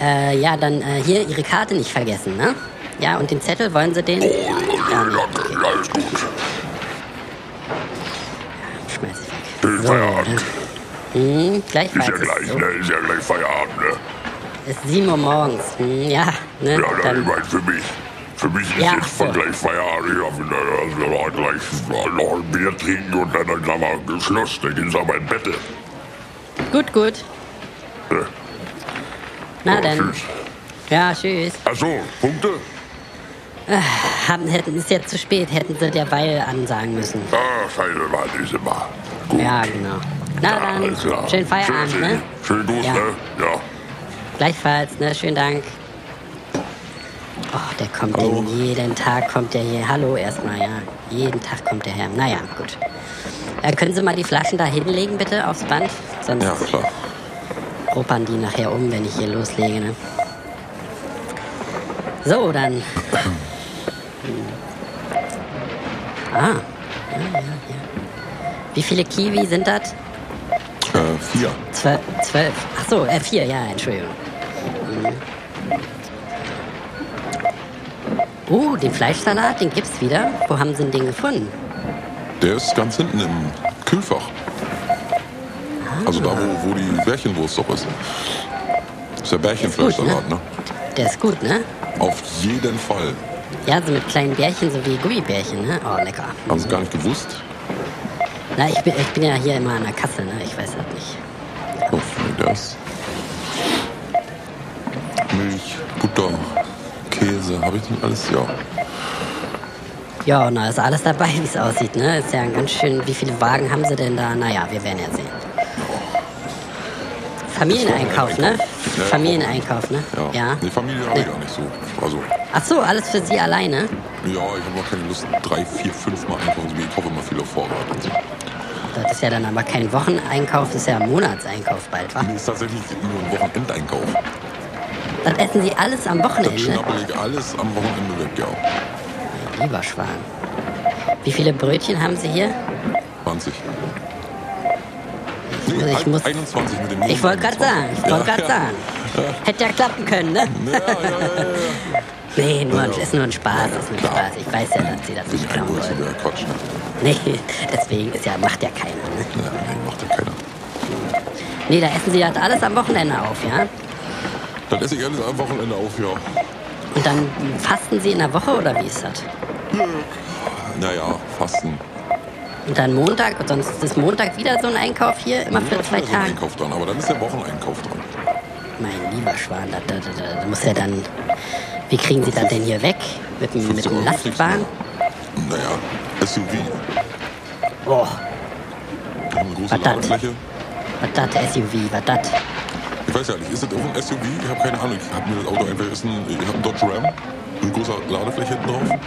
Äh, ja, dann äh, hier Ihre Karte nicht vergessen, ne? Ja, und den Zettel wollen Sie den? Oh, ja, ja, danke, ja, ist gut. Schmeiß ich weg. Den Feierabend. Hm, gleich Ist ja weiß gleich, ich. ne? Ist ja gleich Feierabend, ne? Ist 7 Uhr morgens. Hm, ja, ne? Ja, nein, ich Dann, meine, für mich. Für mich ist Ja, jetzt so. von gleich Feierabend. Ich hab wieder also, gleich noch ein Bier trinken und dann, dann haben wir Schluss. Dann geht's auf mein Bett. gut, gut. Ne? Na Ja, dann. Oh, Tschüss. Ja, tschüss. Ach so, Punkte? Haben, hätten, ist jetzt zu spät, hätten Sie derweil ansagen müssen. Ah, scheiße, war diese Mal. Gut. Ja, genau. Na Ja, dann, alles klar. schönen Feierabend, Schön, ne? Schönen Gruß, Ja. ne? Ja. Gleichfalls, ne? Schönen Dank. Oh, der kommt denn jeden Tag kommt der hier. Hallo erstmal, ja. Jeden Tag kommt der her. Naja, gut. Äh, können Sie mal die Flaschen da hinlegen, bitte, aufs Band? Sonst Ja, klar. ruppern die nachher um, wenn ich hier loslege, ne? So, dann. Ah. Ja, ja, ja. Wie viele Kiwi sind das? Äh, vier. Zwölf. zwölf. Ach so, äh, vier, ja, Entschuldigung. Mhm. Oh, den Fleischsalat, den gibt's wieder. Wo haben sie denn den gefunden? Der ist ganz hinten im Kühlfach. Also da, wo, wo die Bärchenwurst doch ist. Ist der Bärchenfleischsalat, ne? Der ist gut, ne? Auf jeden Fall. Ja, so mit kleinen Bärchen, so wie Gummibärchen, ne? Oh, lecker. Haben Sie gar nicht gewusst? Na, ich bin, ich bin ja hier immer an der Kasse, ne? Ich weiß das nicht. Oh, der ist. Milch, Butter, Käse, habe ich nicht alles? Ja. Ja, na, ist alles dabei, wie es aussieht, ne? Ist ja ein ganz schön. Wie viele Wagen haben sie denn da? Naja, wir werden ja sehen. Familieneinkauf, ne? Ja, ja. Familieneinkauf, ne? Ja. Ja. Die Familie habe ich gar nicht so. Also, Ach so, alles für sie alleine? ja, ich habe auch keine Lust, drei, vier, fünf Mal einkaufen zu gehen. Ich hoffe immer viel auf Vorrat und so. Das ist ja dann aber kein Wocheneinkauf, das ist ja ein Monatseinkauf bald, wa? Mir ist tatsächlich nur ein Wochenendeinkauf. Dann essen sie alles am Das Wochenende. schnappel ich alles am Wochenende weg, ja. Lieber Schwan. Wie viele Brötchen haben sie hier? 20. Also ich ein- muss- 21 mit dem Ich wollte gerade sagen, ich wollte gerade sagen. Hätte ja klappen können, ne? Ja, ja, ja, ja, ja. Nee, nur ein, Ja. ist nur ein Spaß, ist nur ein Klar. Spaß. Ich weiß ja, dass sie das Wegen nicht einem klauen Uhr ist wollen. wieder Quatsch. Ne? Nee, deswegen ist ja, macht ja keiner, ne? Ja, nein, macht ja keiner. Nee, da essen sie das alles am Wochenende auf, ja? Dann esse ich alles am Wochenende auf, ja. Und dann fasten sie in der Woche oder wie ist das? Naja, Fasten. Und dann Montag, und sonst ist Montag wieder so ein Einkauf hier, immer für Da ist zwei wieder so ein Tage. Einkauf dran, aber dann ist der Wocheneinkauf dran. Mein lieber Schwan, da, da, da, da muss ja dann. Wie kriegen Sie das denn hier weg? Mit, dem- mit 15 dem Euro kriegst du Lastwagen? noch. Naja, SUV. Oh, Wir haben eine große Was dann? Ladefläche. was das SUV, was das? Ich weiß ja nicht, ist das auch ein SUV? Ich habe keine Ahnung. Ich habe mir das Auto einfach... Ist ein, ich habe einen Dodge Ram. Eine große Ladefläche hinten drauf.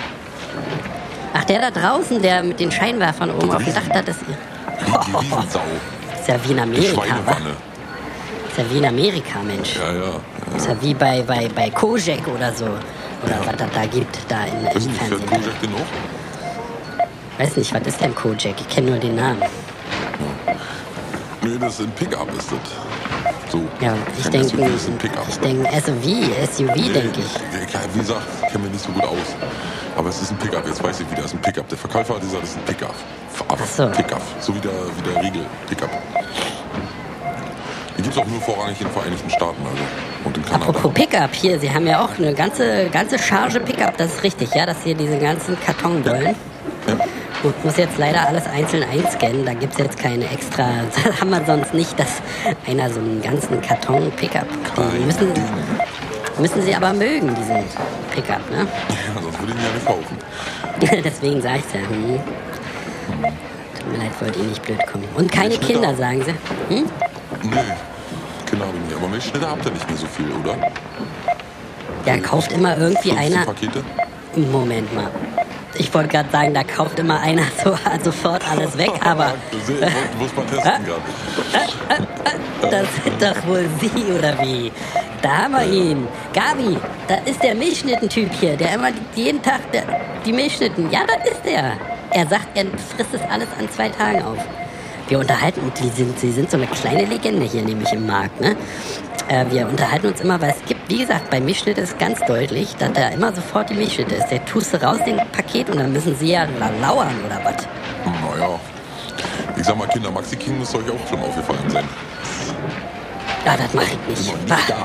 Ach, der da draußen, der mit den Scheinwerfern oben auf dem Dach, das ist ihr. Die, die Riesensau. Ist ja wie in Die Amerika, wa? Schweinewanne. Ist ja wie in Amerika, Mensch. Ja, ja. Ist ja wie bei, bei, bei Kojak oder so. Oder was das da gibt, da in, im Wissen Sie, fährt Fernsehen. Kojak den auch? Weiß nicht, was ist denn Kojak? Ich kenne nur den Namen. Nee, das ist ein Pickup, ist das. So. Ja, ich Kein denke, SUV ist ein Pickup. ich denke SUV, SUV denke ich. Nee, klar, wie gesagt, ich kenne mich nicht so gut aus. Aber es ist ein Pickup, jetzt weiß ich wieder, es ist ein Pickup. Der Verkäufer hat gesagt, es ist ein Pickup. Ab, Ach so. Pickup. So wie der, wie der Riegel. Pickup. Die gibt es auch nur vorrangig in den Vereinigten Staaten also. und in Kanada. Apropos Pickup hier, Sie haben ja auch eine ganze, ganze Charge Pickup, das ist richtig, ja, dass hier diese ganzen Karton wollen. Ja. Gut, muss jetzt leider alles einzeln einscannen, da gibt's jetzt keine extra, das haben wir sonst nicht, dass einer so einen ganzen Karton Pickup, Nein, den müssen, Ding. müssen Sie aber mögen, diesen Pickup, ne? Ja, sonst würde ich ihn ja nicht kaufen. Deswegen sag ich's ja, hm. Tut mir leid, wollte Ihnen nicht blöd kommen. Und keine Ich bin Kinder, da. sagen Sie. Hm? Nee, Kinder habe ich nicht. Aber Milchschnitte habt ihr nicht mehr so viel, oder? Ja, kauft immer irgendwie 15 einer. Pakete? Moment mal. Ich wollte gerade sagen, da kauft immer einer so, sofort alles weg, aber Ich muss mal testen gerade. das sind doch wohl Sie, oder wie? Da haben wir ihn. Gabi, da ist der Milchschnittentyp hier, der immer jeden Tag der, die Milchschnitten. Ja, das ist er. Er sagt, er frisst es alles an zwei Tagen auf. Wir unterhalten uns, die sind, sie sind so eine kleine Legende hier nämlich im Markt, ne? Äh, wir unterhalten uns immer, weil es gibt Wie gesagt, bei Milchschnitt ist ganz deutlich, dass da immer sofort die Milchschnitte ist. Der tust du raus, den Paket, und dann müssen sie ja la- lauern oder was. Naja. Ich sag mal, Kinder Maxi King muss euch auch schon aufgefallen sein. Ja, das mache ich Immer nicht. nicht Bah. da.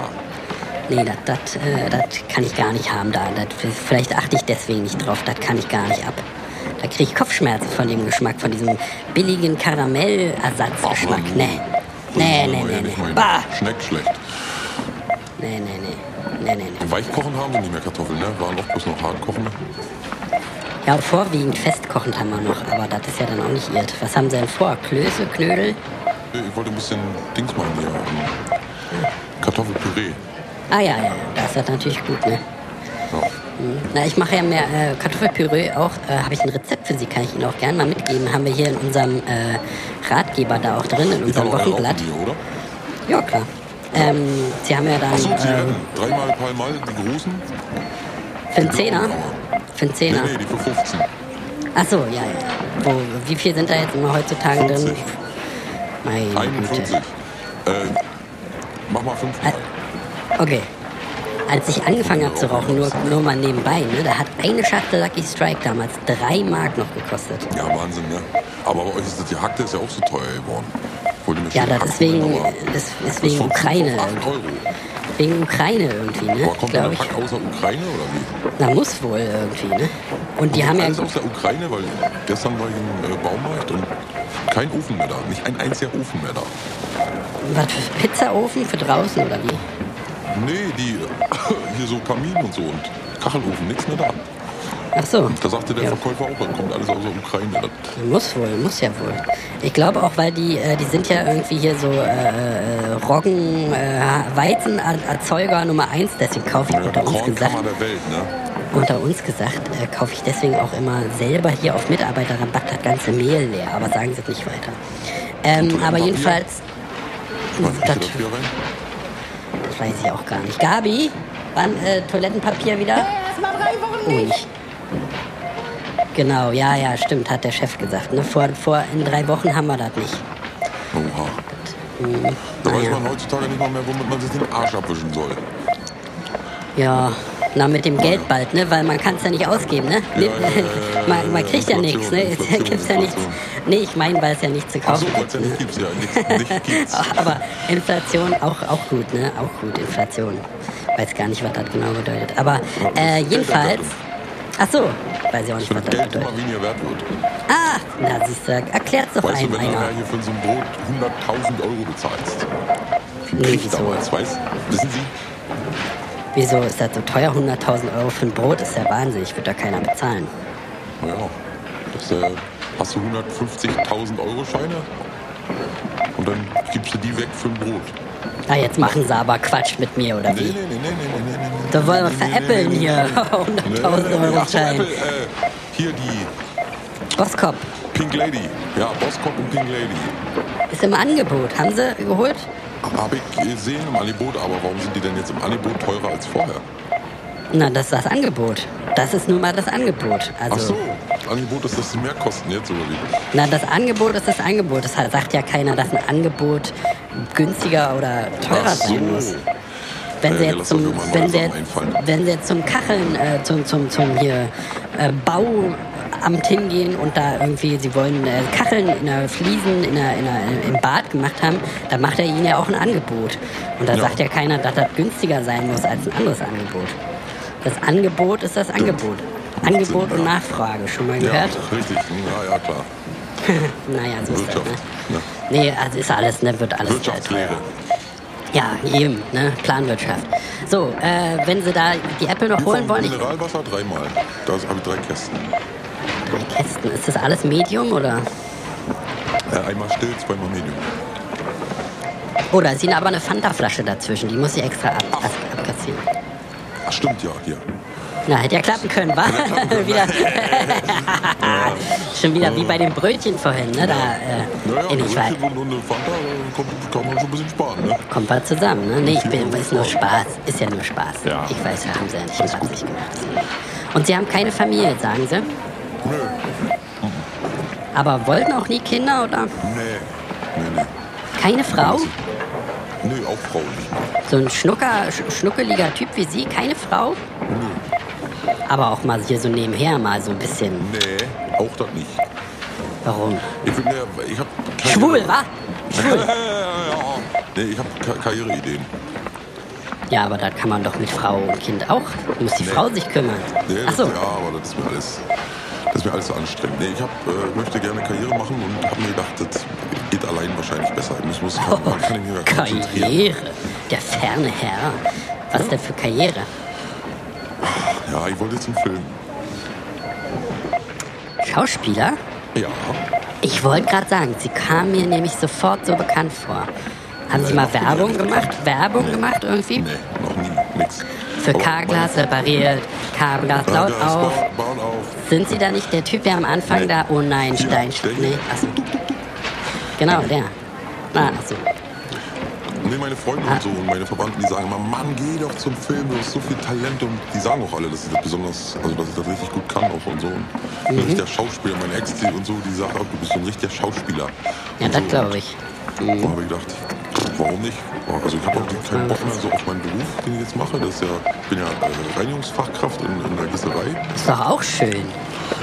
Nee, das das, äh, das kann ich gar nicht haben da. Das, vielleicht achte ich deswegen nicht drauf. Das kann ich gar nicht ab. Da kriege ich Kopfschmerzen von dem Geschmack, von diesem billigen Karamellersatzgeschmack. Ach, Nee. Nee, nee, Wollen nee, wir Oh, ja nicht mal nee. hin. Bah. Schmeckt schlecht. Nee, nee, nee. Nee, nee, nee. Weichkochen haben wir nicht mehr Kartoffeln, ne? Waren doch bloß noch ne? hartkochende. Ja, vorwiegend festkochend haben wir noch, aber das ist ja dann auch nicht irrt. Was haben sie denn vor? Klöße, Knödel? Ich wollte ein bisschen Dings machen hier. ähm, Kartoffelpüree. Ah ja, ja, das ist das natürlich gut, ne? Ja. Na, ich mache ja mehr äh, Kartoffelpüree auch. Äh, Habe ich ein Rezept für Sie, kann ich Ihnen auch gerne mal mitgeben. Haben wir hier in unserem äh, Ratgeber da auch drin, in Ich kann unserem auch erlauben Wochenblatt. hier, oder? Ja, klar. Ähm, Sie haben ja dann Achso, Sie äh, ähm, dreimal Palmal, die großen? für einen Zehner. aber- Für einen Zehner. Nee, nee, die für 15. Ach so, ja, ja. Wo, wie viel sind da jetzt immer heutzutage drin? 50. Meine Güte. 51. Äh, mach mal fünfmal. Okay. Als ich angefangen habe zu rauchen, nur, nur mal nebenbei, ne, da hat eine Schachtel Lucky Strike damals drei Mark noch gekostet. Ja, Wahnsinn, ne? Aber bei euch ist das die Hackte ist ja auch so teuer geworden. Wollte mir Ja, schon das Hacken, ist wegen, aber das ist das wegen von fünf Ukraine. auf acht Euro. Wegen Ukraine irgendwie, ne? Aber kommt Glaube der ich. Hack aus der Ukraine oder wie? Na, muss wohl irgendwie, ne? Und die haben ja. Alles aus der Ukraine, weil gestern war ich im äh, Baumarkt und kein Ofen mehr da. Nicht ein einziger Ofen mehr da. Was? Pizzaofen für draußen oder wie? Nee, die äh, hier so Kamin und so und Kachelofen, nichts mehr da. Ach so. Da sagte der Ja. Verkäufer auch, dann kommt alles aus der Ukraine. Das, Muss wohl, muss ja wohl. Ich glaube auch, weil die, äh, die sind ja irgendwie hier so äh, äh, Roggen, äh, Weizenerzeuger Nummer eins, deswegen kaufe ich äh, unter uns gesagt. Kornkammer der Welt, ne? Unter uns gesagt, äh, kaufe ich deswegen auch immer selber hier auf Mitarbeiterrabatt das ganze Mehl leer, aber sagen Sie es nicht weiter. Ähm, Toilettenpapier? aber jedenfalls, Wann kriegt das, ihr das hier rein? das weiß ich auch gar nicht. Gabi, wann äh, Toilettenpapier wieder? Erstmal drei Wochen Oh, nicht. nicht. Genau, ja, ja, stimmt, hat der Chef gesagt. Ne? Vor, vor in drei Wochen haben wir das nicht. Oha. Hm. Da weiß man heutzutage nicht mal mehr, womit man sich den Arsch abwischen soll. Ja, na mit dem Geld bald, ne? Weil man kann es ja nicht ausgeben, ne? Ja, ja, ja, ja, man, man ja, kriegt ja nichts, ne? Inflation, Inflation, gibt's ja nichts. Inflation. Nee, ich meine, weil es ja nichts zu kaufen Achso, weil es gibt. ja ne? nicht gibt's, ja. Nichts nicht gibt's. Aber Inflation auch, auch gut, ne? Auch gut, Inflation. Weiß gar nicht, was das genau bedeutet. Aber äh, jedenfalls. Ach so, weiß ich auch nicht, Wenn was das das Geld bedeutet. immer weniger wert wird. Ah, na siehst du, erklärt's doch Weißt du, einem wenn halt du einer. nachher hier für so ein Brot 100.000 Euro bezahlst? Nee, Krieg wieso? damals, weißt Wissen Sie? Wieso ist das so teuer? 100.000 Euro für ein Brot ist ja Wahnsinn. Ich würde da keiner bezahlen. Naja, das, äh, hast du 150.000 Euro Scheine und dann gibst du die weg für ein Brot. Ah, jetzt machen sie aber Quatsch mit mir, oder Nee, nee, wie? nee, nee, nee, nee, nee, nee. Da wollen wir veräppeln hier. 100.000 Euro Ach so, Schein. Apple, äh, hier die Boskop, Pink Lady. Ja, Boskop und Pink Lady. ist im Angebot. Haben sie geholt? Habe ich gesehen im Angebot, aber warum sind die denn jetzt im Angebot teurer als vorher? Na, das ist das Angebot. Das ist nun mal das Angebot. Ach Also, so, Angebot ist, dass sie mehr kosten jetzt oder wie? na, das Angebot ist das Angebot. Das sagt ja keiner, dass ein Angebot günstiger oder teurer Ach so. sein muss. Wenn Äh, Ja, sie ja, jetzt lass doch zum, irgendwann mal wenn sie Sachen jetzt, einfallen. wenn sie jetzt zum Kacheln, äh, zum, zum, zum hier äh, Bauamt hingehen und da irgendwie, sie wollen äh, Kacheln in der Fliesen, in der, in der, im Bad gemacht haben, dann macht er ihnen ja auch ein Angebot. Und da Ja. sagt ja keiner, dass das günstiger sein muss als ein anderes Angebot. Das Angebot ist das Angebot. Angebot Sinn, und ja. Nachfrage, schon mal Ja, gehört? richtig. Ja, ja, klar. Naja, so ist das, ne? Wirtschaft. Ne? Nee, also ist alles, ne, wird alles Wirtschaftslehre. Ja, eben, ne? Planwirtschaft. So, äh, wenn Sie da die Apple noch holen wollen, ich, Mineralwasser dreimal. Da habe ich drei Kästen. drei Kästen, ist das alles Medium oder? Äh, einmal still, zweimal medium. Oh, da ist Ihnen aber eine Fanta-Flasche dazwischen, die muss ich extra ab, ab, abkassieren. Ach, stimmt, ja, hier. Na, hätte ja klappen können, wa? wieder. schon wieder wie bei den Brötchen vorhin, ne? Da, äh, Naja, eh ein nicht weit. Brötchen und, und eine Fanta äh, kommt, kann man schon ein bisschen sparen, ne? Kommt was zusammen, ne? Nee, ich bin, ist nur Spaß. Ist ja nur Spaß. Ich weiß, ja, haben Sie ja nicht mit Absicht gemacht. Und Sie haben keine Familie, sagen Sie? Nö. Aber wollten auch nie Kinder oder? Nee. Nee, nee. Keine Frau? Nö, auch Frau nicht. So ein schnucker, sch schnuckeliger Typ wie Sie, keine Frau? Aber auch mal hier so nebenher mal so ein bisschen. Nee, auch das nicht. Warum? Ich, bin, ja, ich hab keine- Schwul, wa? Schwul. Ja. Nee, ich hab Ka Karriereideen. Ja, aber das kann man doch mit Frau und Kind auch. Muss die Nee. Frau sich kümmern. Nee, das, Achso, ja, aber das ist mir alles, das ist mir alles so anstrengend. Nee, ich hab, äh, möchte gerne Karriere machen und habe mir gedacht, das geht allein wahrscheinlich besser. Ich muss, kann, man kann mich ja konzentrieren. Karriere. Der ferne Herr. Was denn für Karriere? Ja, ich wollte zum Film. Schauspieler? Ja, Ich wollte gerade sagen, sie kam mir nämlich sofort so bekannt vor. Haben Sie Nee, mal macht die Werbung nicht. gemacht? Werbung gemacht irgendwie? nee, noch nie, nix. Für Aber K-Glas repariert, K-Glas meine- laut Ja, das auf. Bauen, bauen auf. Sind Sie da nicht der Typ, der am Anfang Nee. da, oh nein, Hier, Stein, der hier. nee, achso. Genau, der. Ah, achso. Nee, meine Freunde Ah. und so und meine Verwandten, die sagen immer, Mann, geh doch zum Film, du hast so viel Talent und die sagen auch alle, dass ich das besonders, also dass ich das richtig gut kann auch und so. Mhm. Und ein richtiger Schauspieler, meine Ex die und so, die sagen auch, du bist so ein richtiger Schauspieler. Ja, Und das so. glaube ich. Da habe ich gedacht, warum nicht? Also ich habe auch keinen Bock mehr so auf meinen Beruf, den ich jetzt mache. Das ist ja, ich bin ja äh, Reinigungsfachkraft in, in der Gießerei. Ist doch auch schön.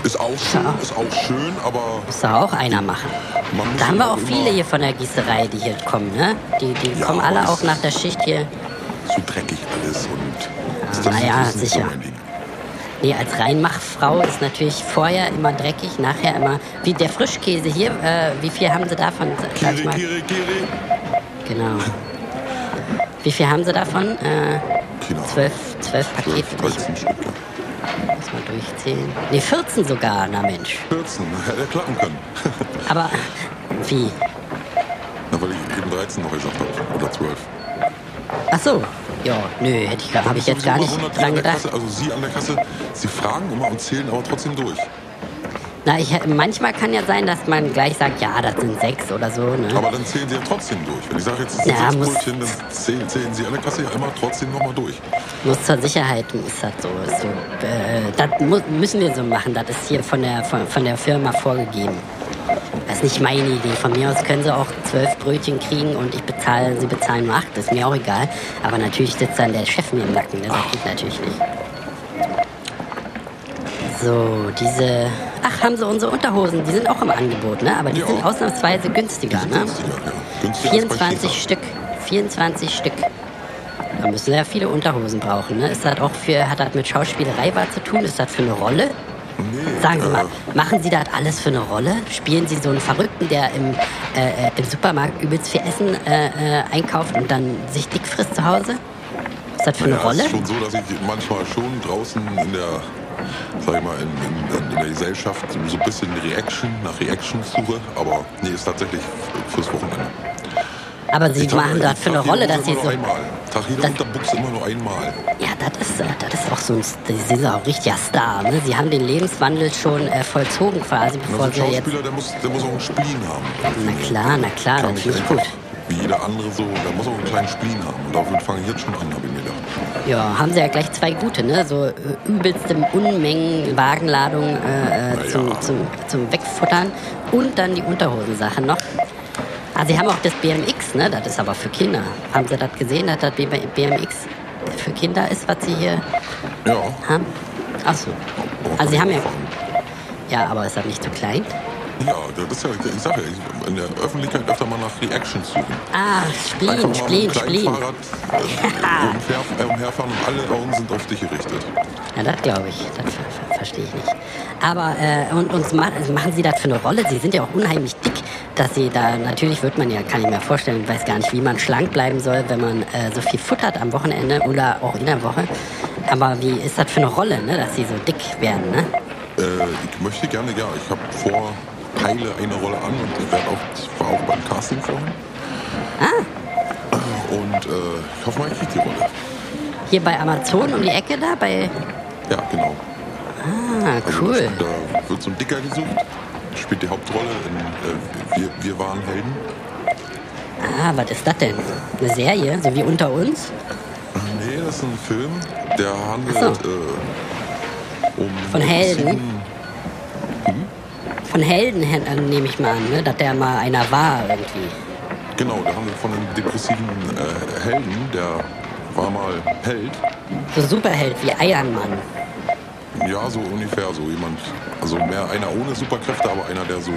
Ist auch schön, ist auch schön, aber Muss doch auch einer machen. man muss Da haben wir auch immer viele hier von der Gießerei, die hier kommen, ne? Die, die Ja, kommen alle aber auch es- nach der Schicht hier. zu dreckig alles und das Ah, ja, ist nicht so sicher. mein Ding. Nee, als Reinmachfrau ist natürlich vorher immer dreckig, nachher immer. Wie der Frischkäse hier, äh, wie viel haben sie davon? Sag ich Kiri, mal. Kiri, Kiri. Genau. Wie viel haben sie davon? Äh, Keine Ahnung. zwölf, zwölf Pakete. 12, 13 Stück. ja. Muss man durchzählen. Nee, 14 sogar, na Mensch. 14, hätte er klappen können. Aber wie? Na, weil ich eben 13 noch gesagt habe. Oder 12. Ach so. Ja, nö, hätte ich, habe ich jetzt gar nicht Sowieso immer 100 dran an der gedacht. Kasse, also Sie an der Kasse, Sie fragen immer und zählen aber trotzdem durch. Na, ich, manchmal kann ja sein, dass man gleich sagt, ja, das sind sechs oder so, ne? Aber dann zählen Sie ja trotzdem durch. Wenn ich sage, jetzt ist Ja, das muss- Brötchen, dann zählen, zählen Sie an der Kasse ja immer trotzdem nochmal durch. Muss zur Sicherheit, ist das so. Ist so äh, das mu müssen wir so machen, das ist hier von der, von, von der Firma vorgegeben. Das ist nicht meine Idee. Von mir aus können sie auch zwölf Brötchen kriegen und ich bezahle, sie bezahlen nur acht, ist mir auch egal. Aber natürlich sitzt dann der Chef mir im Nacken, ne? das geht natürlich nicht. So, diese. Ach, haben sie unsere Unterhosen, die sind auch im Angebot, ne? Aber die Ja. sind ausnahmsweise günstiger, ne? Günstiger, ja. Günstiger als bei 24 China. Stück. 24 Stück. Da müssen ja viele Unterhosen brauchen, ne? Ist das auch für, hat das mit Schauspielerei was zu tun? Ist das für eine Rolle? Nee, Sagen Sie äh, mal, machen Sie das alles für eine Rolle? Spielen Sie so einen Verrückten, der im, äh, äh, im Supermarkt übelst viel Essen äh, äh, einkauft und dann sich dick frisst zu Hause? Ist das für eine ja, Rolle? Es ist schon so, dass ich manchmal schon draußen in der, sag ich mal, in, in, in der Gesellschaft so ein bisschen Reaction nach Reaction suche. Aber nee, ist tatsächlich fürs Wochenende. Aber Sie Ich trage- machen ich das für eine trage Rolle, jede dass Hose Sie immer so. nur Einmal. Tag jede Das- Unterbuchse immer nur einmal. Ja, das ist, äh, das ist auch so ein. Sie sind auch ein richtiger Star, ne? Sie haben den Lebenswandel schon äh, vollzogen quasi, Und das bevor ist Sie ein jetzt. Schauspieler, der muss, der muss auch einen Spleen haben. Na klar, na klar, Kann das nicht finde ich gut. Wie jeder andere so, der muss auch einen kleinen Spleen haben. Und dafür fange ich jetzt schon an, habe ich mir gedacht. Ja, haben sie ja gleich zwei gute, ne? So äh, übelste Unmengen Wagenladung äh, Na äh, zum, ja. zum, zum Wegfuttern und dann die Unterhosensache noch. Ah, sie haben auch das BMX, ne? Das ist aber für Kinder. Haben sie das gesehen, dass das BMX für Kinder ist, was sie hier Ja. haben? Ach so. aber kann Also sie ich haben ja... auch fahren. Ja, aber ist das nicht zu klein? Ja, das ist ja, ich sage ja, ich- in der Öffentlichkeit öfter mal nach Reaction suchen. Ah, Einfach Spleen, mal mit einem Spleen, kleinen Spleen. Fahrrad äh, umher- äh, umherfahren und alle Augen sind auf dich gerichtet. Ja, das glaube ich. Das ver ver verstehe ich nicht. Aber, äh, und, und ma machen Sie das für eine Rolle? Sie sind ja auch unheimlich dick, dass Sie da, natürlich wird man ja, kann ich mir vorstellen, weiß gar nicht, wie man schlank bleiben soll, wenn man äh, so viel futtert am Wochenende oder auch in der Woche. Aber wie ist das für eine Rolle, ne, dass Sie so dick werden, ne? Äh, ich möchte gerne, ja, ich habe vor, teile eine Rolle an und ich werd auch, ich war auch beim Casting vorhin. Ah. Und äh, ich hoffe mal, ich krieg die Rolle. Hier bei Amazon um die Ecke da, bei... Ja, genau. Ah, Also da, cool. spielt- da wird so ein Dicker gesucht, spielt die Hauptrolle in äh, wir, wir waren Helden. Mhm. Ah, was ist das denn? Eine Serie, so wie unter uns? Nee, das ist ein Film, der handelt Ach äh, um... Von Helden? sieben- Von Helden her- äh, nehme ich mal an, ne? dass der mal einer war irgendwie. Genau, der handelt von einem depressiven äh, Helden, der war mal Held. So Superheld wie Iron Man. Ja, so ungefähr, so jemand. Also mehr einer ohne Superkräfte, aber einer, der so.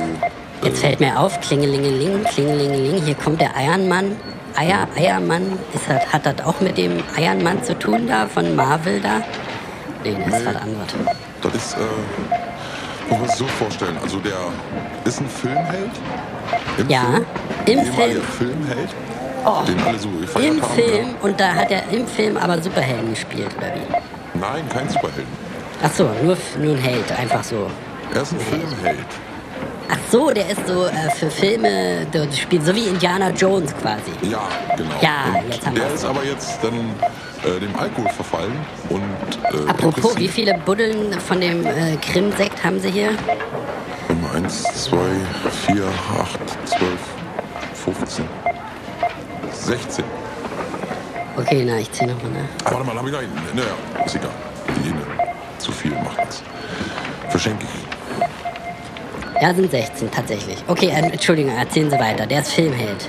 Jetzt fällt mir auf, klingelingeling, klingelingeling, hier kommt der Eiermann. Eier, Eiermann, ist das, hat das auch mit dem Eiermann zu tun da, von Marvel da? Nee, das ist Nee. was anderes. Das ist, äh, muss man sich so vorstellen. Also der ist ein Filmheld. Im Ja, im Ein ehemaliger Filmheld, Oh. den alle so gefeiert Im haben. Film, und da hat er im Film aber Superhelden gespielt, oder wie? Ja. Nein, kein Superhelden. Ach so, nur, nur ein Held, einfach so. Er ist ein Filmheld. Ach so, der ist so äh, für Filme, der spielt so wie Indiana Jones quasi. Ja, genau. Ja, und jetzt haben der wir's. ist aber jetzt dann äh, dem Alkohol verfallen und äh, Apropos, depressiv. wie viele Buddeln von dem äh, Krimsekt haben Sie hier? Nummer 1, 2, 4, 8, 12, 15, 16. Okay, na, ich zieh noch mal nach. Warte mal, hab ich noch einen. Naja, ist egal. Jene. Zu viel macht nichts. Verschenke ich. Ja, sind 16 tatsächlich. Okay, ähm, Entschuldigung, erzählen Sie weiter. Der ist Filmheld.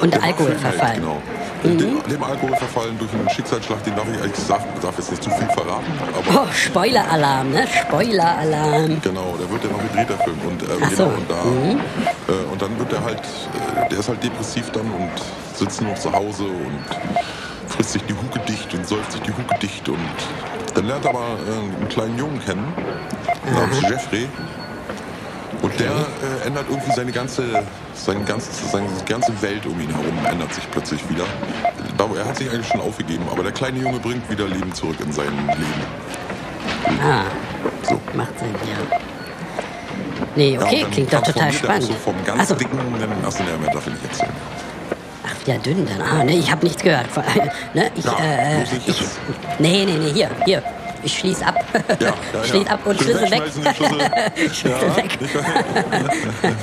Und Der war Alkoholverfall. Filmheld, Genau. Dem, dem Alkohol verfallen durch einen Schicksalsschlag, den darf ich eigentlich darf, darf jetzt nicht zu viel verraten, aber Oh, Spoiler-Alarm, ne? Spoiler-Alarm. genau, da wird ja noch gedreht, der Film. Und, äh, Ach so. Mhm. genau, und, da, äh, und dann wird er halt, äh, der ist halt depressiv dann und sitzt nur noch zu Hause und frisst sich die Huke dicht und säuft sich die Huke dicht und dann lernt er aber äh, einen kleinen Jungen kennen, namens Mhm. Jeffrey. Und der äh, ändert irgendwie seine ganze, sein ganz, seine ganze Welt um ihn herum, ändert sich plötzlich wieder. Da- Er hat sich eigentlich schon aufgegeben, aber der kleine Junge bringt wieder Leben zurück in sein Leben. Ah, So. macht Sinn, ja. Nee, okay, und dann klingt doch total transformiert er auch spannend. Also. So vom ganz Achso, dicken, achso, ne, mehr darf ich nicht erzählen. ach, wieder dünn dann. Ah, nee, ich hab nichts gehört. Vor- ne, ich, Ja, äh, muss ich ich, jetzt- nee, nee, nee, hier, hier. Ich schließ ab. Ja, ja, schließ ja. ab und Schön Schlüssel weg. wegschmeißen, den Schlüssel. Schlüssel Ja, weg. nicht wahr? Hm,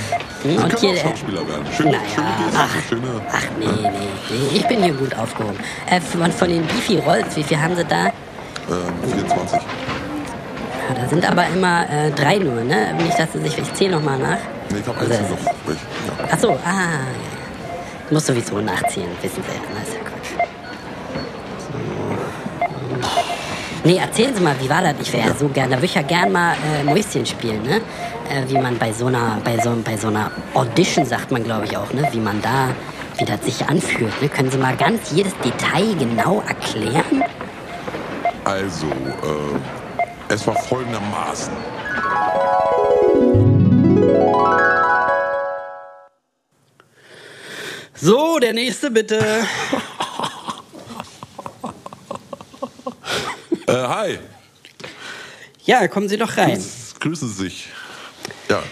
Wir und können hier, auch der- Schauspieler werden. Schöne, Naja, schöne Geste, ach. schöne. Ach nee, nee, nee, ich bin hier gut aufgehoben. Äh, von, von den Beefy Rolls, wie viel haben sie da? Ähm, 24. Ja, da sind aber immer äh, drei nur, ne? Nicht, dass sie sich, ich zähle nochmal nach. Nee, ich hab Also, eins noch. Ich, ja. Ach so, ah. ja, ja. Muss sowieso nachziehen, wissen Sie. Das ist ja Quatsch. So. Nee, erzählen Sie mal, wie war das? Ich wäre ja so gern, da würde ich ja gern mal äh, Mäuschen spielen, ne? Äh, wie man bei so einer, bei so, bei so einer Audition sagt man, glaube ich auch, ne? Wie man da, wie das sich anfühlt, ne? Können Sie mal ganz jedes Detail genau erklären? Also, äh, es war folgendermaßen. So, der nächste bitte. Äh, hi, Ja, kommen Sie doch rein. grüßen Sie sich. Ja,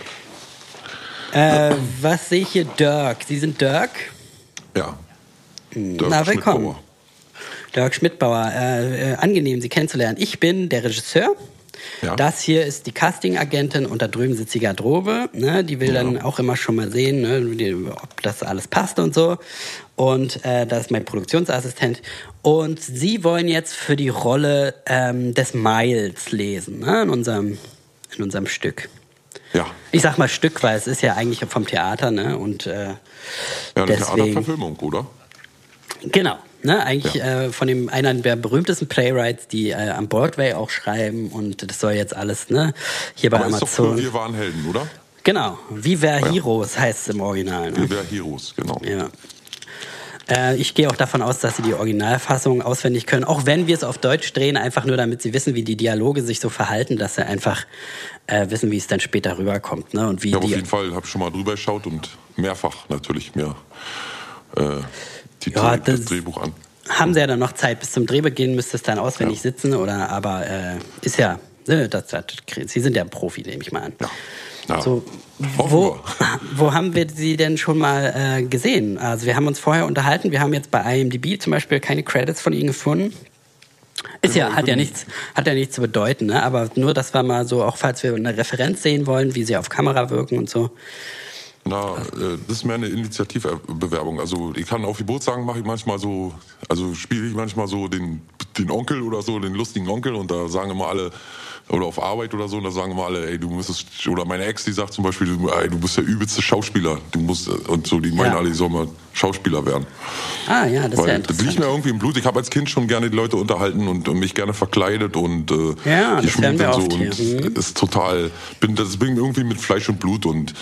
Äh, was sehe ich hier? Dirk. Sie sind Dirk? ja. Na, Dirk willkommen. Schmidtbauer. Dirk Schmidtbauer. Äh, äh, angenehm, Sie kennenzulernen. Ich bin der Regisseur. Ja. Das hier ist die Castingagentin und da drüben sitzt die Garderobe. Ne? Die will dann auch immer schon mal sehen, ne? die, ob das alles passt und so. Und äh, das ist mein Produktionsassistent. Und Sie wollen jetzt für die Rolle ähm, des Miles lesen ne? in, unserem, in unserem Stück. Ja, Ich sag mal Stück, weil es ist ja eigentlich vom Theater, ne? Und äh, ja eine deswegen. Theaterverfilmung, oder? Genau. Ne, eigentlich Ja. äh, von dem einer der berühmtesten Playwrights, die äh, am Broadway auch schreiben und das soll jetzt alles ne hier bei Aber ist doch für Amazon. Wir waren Helden, oder? Genau, Viva Heroes heißt es im Original. Ne? Wir wären Heroes, genau. Ja. Äh, ich gehe auch davon aus, dass sie die Originalfassung auswendig können, auch wenn wir es auf Deutsch drehen, einfach nur damit sie wissen, wie die Dialoge sich so verhalten, dass sie einfach äh, wissen, wie es dann später rüberkommt, ne? Und wie Ja, aber auf die jeden Fall habe ich schon mal drüber geschaut und mehrfach natürlich mir äh, die Ja, das, das- Drehbuch an. Haben sie ja dann noch Zeit bis zum Drehbeginn, müsste es dann auswendig sitzen oder aber äh, ist ja, ne, das, das, sie sind ja ein Profi, nehme ich mal an. Ja. Ja. So, Hoffen wo, wir. wo haben wir sie denn schon mal äh, gesehen? Also wir haben uns vorher unterhalten, wir haben jetzt bei IMDb zum Beispiel keine Credits von ihnen gefunden. Ist ja, hat ja nichts, hat ja nichts zu bedeuten, ne? aber nur, dass wir mal so, auch falls wir eine Referenz sehen wollen, wie sie auf Kamera wirken und so. Na, äh, das ist mehr eine Initiativbewerbung. Also ich kann auf Geburtstagen mache ich manchmal so, also spiele ich manchmal so den, den Onkel oder so, den lustigen Onkel und da sagen immer alle, oder auf Arbeit oder so, und da sagen immer alle, ey, du müsstest, oder meine Ex, die sagt zum Beispiel, du- ey, du bist der übelste Schauspieler, du musst, und so, die meinen Ja. alle, ich soll mal Schauspieler werden. Ah ja, das ist ja Weil das liegt mir interessant. irgendwie im Blut. Ich habe als Kind schon gerne die Leute unterhalten und, und mich gerne verkleidet und äh, Ja, das hören geschminkt wir und so. oft Und hier. Mhm. ist total, bin, das bin irgendwie mit Fleisch und Blut und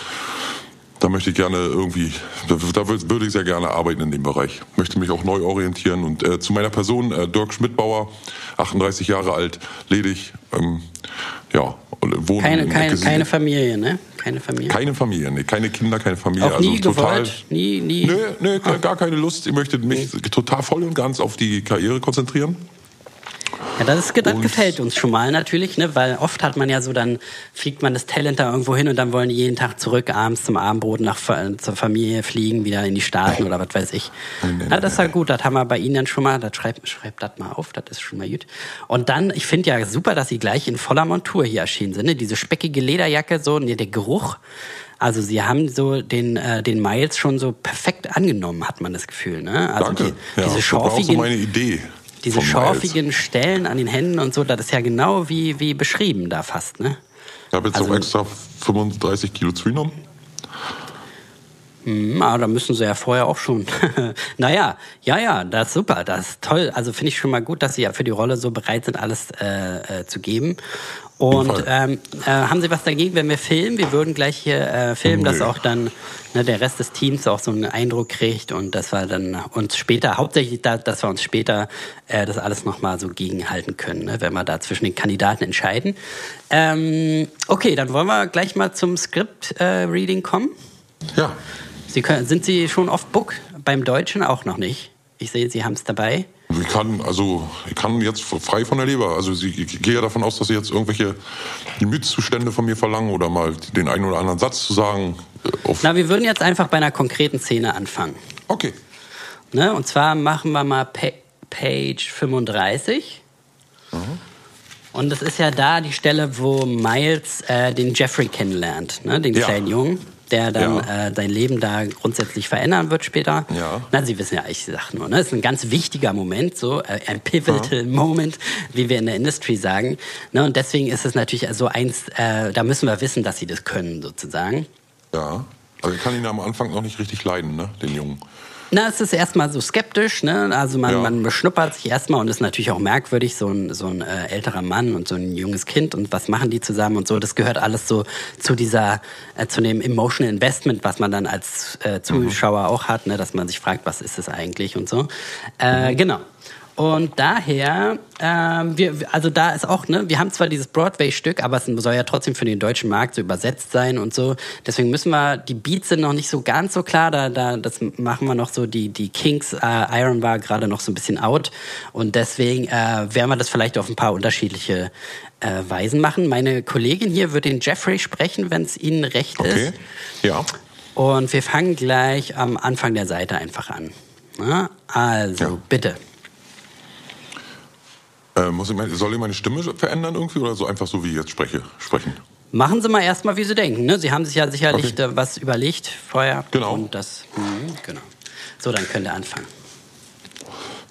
da möchte ich gerne irgendwie, da, da würd- würde ich sehr gerne arbeiten in dem Bereich. Möchte mich auch neu orientieren und äh, zu meiner Person, äh, Dirk Schmidbauer, 38 Jahre alt, ledig, ähm, ja, und wohne Keine, in keine, Eckes- keine Familie, ne? Keine Familie. keine Familie, nee, keine Kinder, keine Familie. Auch nie also total, gewollt, nie, nie. Nö, nö, Ah. gar- gar keine Lust. Ich möchte mich total voll und ganz auf die Karriere konzentrieren. Ja, das, ist, das Und- gefällt uns schon mal natürlich, ne? weil oft hat man ja so, dann fliegt man das Talent da irgendwo hin und dann wollen die jeden Tag zurück, abends zum Abendbrot nach, Fa- zur Familie fliegen, wieder in die Staaten oder was weiß ich. ja, das ist ja gut, das haben wir bei Ihnen dann schon mal, das schreibt, schreibt das mal auf, das ist schon mal gut. Und dann, ich finde ja super, dass Sie gleich in voller Montur hier erschienen sind, ne? diese speckige Lederjacke, so, ne, der Geruch. Also Sie haben so den, äh, den Miles schon so perfekt angenommen, hat man das Gefühl. Ne? Also Danke. Die, das war diese auch so schorfigen, meine Idee. diese vom Miles. schorfigen Stellen an den Händen und so, das ist ja genau wie, wie beschrieben da fast, ne? Ich habe jetzt also- auch extra 35 Kilo zugenommen. Hm, ah, da müssen sie ja vorher auch schon. naja, ja, ja, das ist super, das ist toll. Also finde ich schon mal gut, dass sie ja für die Rolle so bereit sind, alles äh, äh, zu geben. Und Fall. ähm, äh, haben Sie was dagegen, wenn wir filmen? Wir würden gleich hier äh, filmen, dass Nö. auch dann ne, der Rest des Teams auch so einen Eindruck kriegt und dass wir dann uns später, hauptsächlich, da, dass wir uns später äh, das alles nochmal so gegenhalten können, ne, wenn wir da zwischen den Kandidaten entscheiden. Ähm, okay, dann wollen wir gleich mal zum Skript-Reading kommen. Ja. Sie können, sind Sie schon off book? Beim Deutschen auch noch nicht. Ich sehe, Sie haben es dabei. Ich kann, also, ich kann jetzt frei von der Leber. Also, ich, ich gehe ja davon aus, dass Sie jetzt irgendwelche Gemütszustände von mir verlangen oder mal den einen oder anderen Satz zu sagen. äh, Auf, Na, wir würden jetzt einfach bei einer konkreten Szene anfangen. okay. Ne? Und zwar machen wir mal pa Page 35. Mhm. Und das ist ja da die Stelle, wo Miles äh, den Jeffrey kennenlernt, ne? den Ja. kleinen Jungen, der dann Ja. äh, sein Leben da grundsätzlich verändern wird später. Ja. Na, Sie wissen ja, ich sag nur, ne? Das ist ein ganz wichtiger Moment, so äh, ein pivotal Mhm. Moment, wie wir in der Industry sagen. Ne? Und deswegen ist es natürlich so eins, äh, da müssen wir wissen, dass Sie das können, sozusagen. Ja. Also, ich kann ihn am Anfang noch nicht richtig leiden, ne, den Jungen. Na, es ist erstmal so skeptisch, ne? Also man, Ja. man beschnuppert sich erstmal und ist natürlich auch merkwürdig, so ein, so ein äh, älterer Mann und so ein junges Kind und was machen die zusammen und so. Das gehört alles so zu dieser, äh, zu dem Emotional Investment, was man dann als äh, Zuschauer auch hat, ne? dass man sich fragt, was ist es eigentlich und so. Äh, Genau. Und daher, ähm, wir, also da ist auch, ne, wir haben zwar dieses Broadway-Stück, aber es soll ja trotzdem für den deutschen Markt so übersetzt sein und so. Deswegen müssen wir, die Beats sind noch nicht so ganz so klar, da, da, das machen wir noch so, die, die Kings, äh, Iron war gerade noch so ein bisschen out. Und deswegen äh, werden wir das vielleicht auf ein paar unterschiedliche äh, Weisen machen. Meine Kollegin hier wird den Jeffrey sprechen, wenn es Ihnen recht Okay. ist. Ja. Und wir fangen gleich am Anfang der Seite einfach an. Na, also, Ja. bitte. Äh, muss ich meine, soll ich meine Stimme verändern irgendwie oder so einfach so, wie ich jetzt spreche, sprechen? Machen Sie mal erstmal, wie Sie denken. Ne? Sie haben sich ja sicherlich Okay. äh, was überlegt vorher. Genau. Und das, mhm, genau. So, dann könnt ihr anfangen.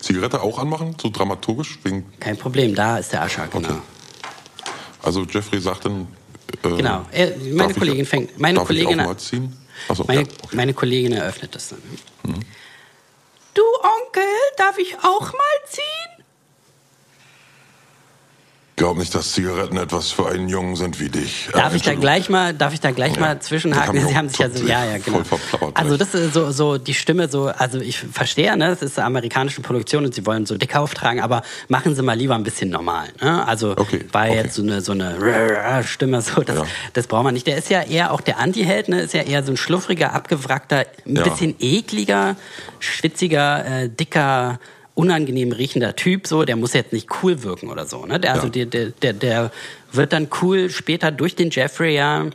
Zigarette auch anmachen, so dramaturgisch? Wegen, Kein Problem, da ist der Ascher, genau. Okay. also Jeffrey sagt dann... äh, Genau. Äh, meine darf ich- Kollegin fängt- meine darf Ich Kollegin- auch mal ziehen? Achso, Meine, ja, okay. Mhm. meine Kollegin eröffnet das dann. Du Onkel, darf ich auch mal ziehen? glaub nicht, dass Zigaretten etwas für einen Jungen sind wie dich. Äh, Darf ich da Entschuldigung. gleich mal, darf ich da gleich Ja. mal zwischenhaken? Das haben Sie wir haben auch sich ja so, total ja, ja, genau. voll verplappert, Also ne? das ist so, so die Stimme so, also ich verstehe, ne, es ist eine amerikanische Produktion und sie wollen so dick auftragen, aber machen Sie mal lieber ein bisschen normal. Ne? Also Okay, war okay. jetzt so eine so eine Stimme so, das, Ja. das braucht man nicht. Der ist ja eher auch der Anti-Held, ne, ist ja eher so ein schluffriger, abgewrackter, ein Ja. bisschen ekliger, schwitziger, äh, dicker unangenehm riechender Typ, so, der muss jetzt nicht cool wirken oder so, ne? Der, also Ja. der, der, der, der wird dann cool später durch den Jeffrey ja,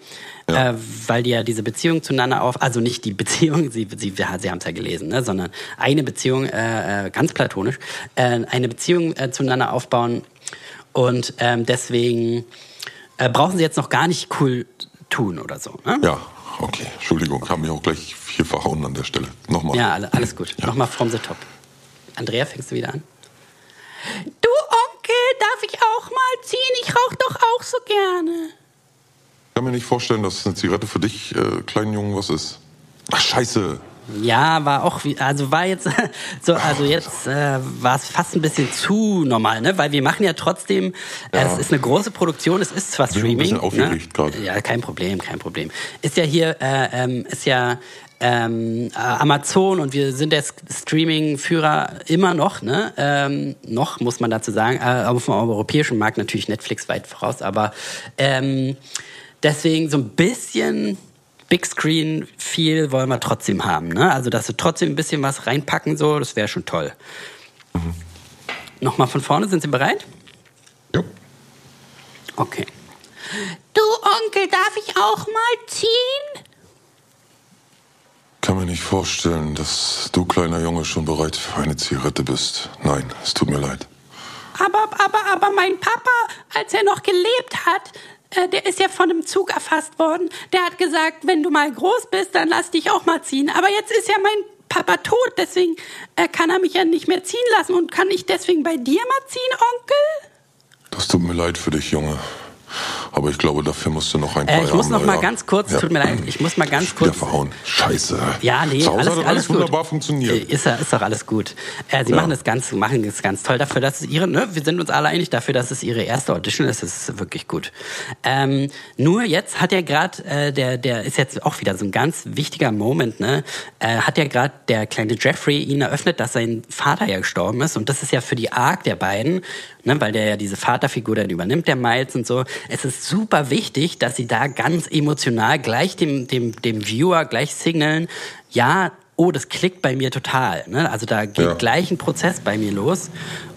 Ja. Äh, weil die ja diese Beziehung zueinander auf, also nicht die Beziehung, sie, sie, ja, sie haben es ja gelesen, ne? sondern eine Beziehung, äh, äh, ganz platonisch, äh, eine Beziehung äh, zueinander aufbauen und ähm, deswegen äh, brauchen sie jetzt noch gar nicht cool tun oder so. Ne? Ja, Okay, Entschuldigung, haben mich auch gleich hier verhauen an der Stelle. Nochmal. Ja, alle- alles gut. Ja. Nochmal from the top. Andrea, fängst du wieder an? Du Onkel, darf ich auch mal ziehen? Ich rauche doch auch so gerne. Ich kann mir nicht vorstellen, dass eine Zigarette für dich, äh, kleinen Jungen, was ist. Ach, scheiße. Ja, war auch, wie- also war jetzt, so, also jetzt äh, war es fast ein bisschen zu normal, ne? Weil wir machen ja trotzdem, äh, es ist eine große Produktion, es ist zwar Wir sind ein Streaming. bisschen aufgeregt ne? gerade. Ja, kein Problem, kein Problem. Ist ja hier, äh, ähm, ist ja ähm, äh, Amazon und wir sind der S- Streaming-Führer immer noch, ne? Ähm, noch muss man dazu sagen, äh, auf dem europäischen Markt natürlich Netflix weit voraus, aber ähm, deswegen so ein bisschen Big Screen viel wollen wir trotzdem haben, ne? Also dass wir trotzdem ein bisschen was reinpacken, so, das wäre schon toll. Nochmal von vorne, sind Sie bereit? Ja. Okay. Du Onkel, darf ich auch mal ziehen? Kann mir nicht vorstellen, dass du, kleiner Junge, schon bereit für eine Zigarette bist. Nein, es tut mir leid. Aber, aber, aber mein Papa, als er noch gelebt hat, äh, der ist ja von einem Zug erfasst worden. Der hat gesagt, wenn du mal groß bist, dann lass dich auch mal ziehen. Aber jetzt ist ja mein Papa tot, deswegen äh, kann er mich ja nicht mehr ziehen lassen. Und kann ich deswegen bei dir mal ziehen, Onkel? Das tut mir leid für dich, Junge. Aber ich glaube, dafür musst du noch ein paar Äh, ich muss noch Jahre, mal ja. ganz kurz, Ja. tut mir leid, ich muss mal ganz Wieder kurz. verhauen. Scheiße. Ja, nee, Zu Hause alles, hat alles, gut. wunderbar funktioniert. Äh, Ist, ja- ist doch alles gut. Äh, sie Ja. machen das ganz, machen das ganz toll dafür, dass es ihre, ne, wir sind uns alle einig dafür, dass es ihre erste Audition ist. Das ist wirklich gut. Ähm, nur jetzt hat ja gerade, äh, der, der ist jetzt auch wieder so ein ganz wichtiger Moment, ne? Äh, hat ja gerade der kleine Jeffrey ihn eröffnet, dass sein Vater ja gestorben ist. Und das ist ja für die Arc der beiden, ne, weil der ja diese Vaterfigur dann übernimmt, der Miles und so. Es ist super wichtig, dass sie da ganz emotional gleich dem, dem, dem Viewer gleich signalen, ja, oh, das klickt bei mir total. Ne? Also da geht Ja. gleich ein Prozess bei mir los.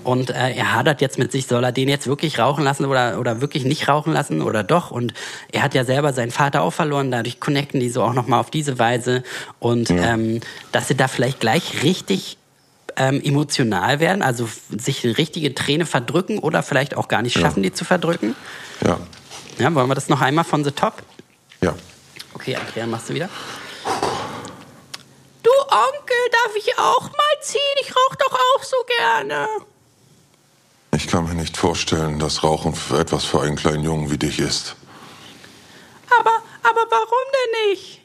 Und äh, er hadert jetzt mit sich, soll er den jetzt wirklich rauchen lassen oder, oder wirklich nicht rauchen lassen oder doch. Und er hat ja selber seinen Vater auch verloren, dadurch connecten die so auch nochmal auf diese Weise. Und ähm, dass sie da vielleicht gleich richtig ähm, emotional werden, also f- sich eine richtige Träne verdrücken oder vielleicht auch gar nicht schaffen, die zu verdrücken. Ja. Ja, wollen wir das noch einmal von the top? Ja. Okay, Andrea, machst du wieder? Du Onkel, darf ich auch mal ziehen? Ich rauche doch auch so gerne. Ich kann mir nicht vorstellen, dass Rauchen für etwas für einen kleinen Jungen wie dich ist. Aber, aber warum denn nicht?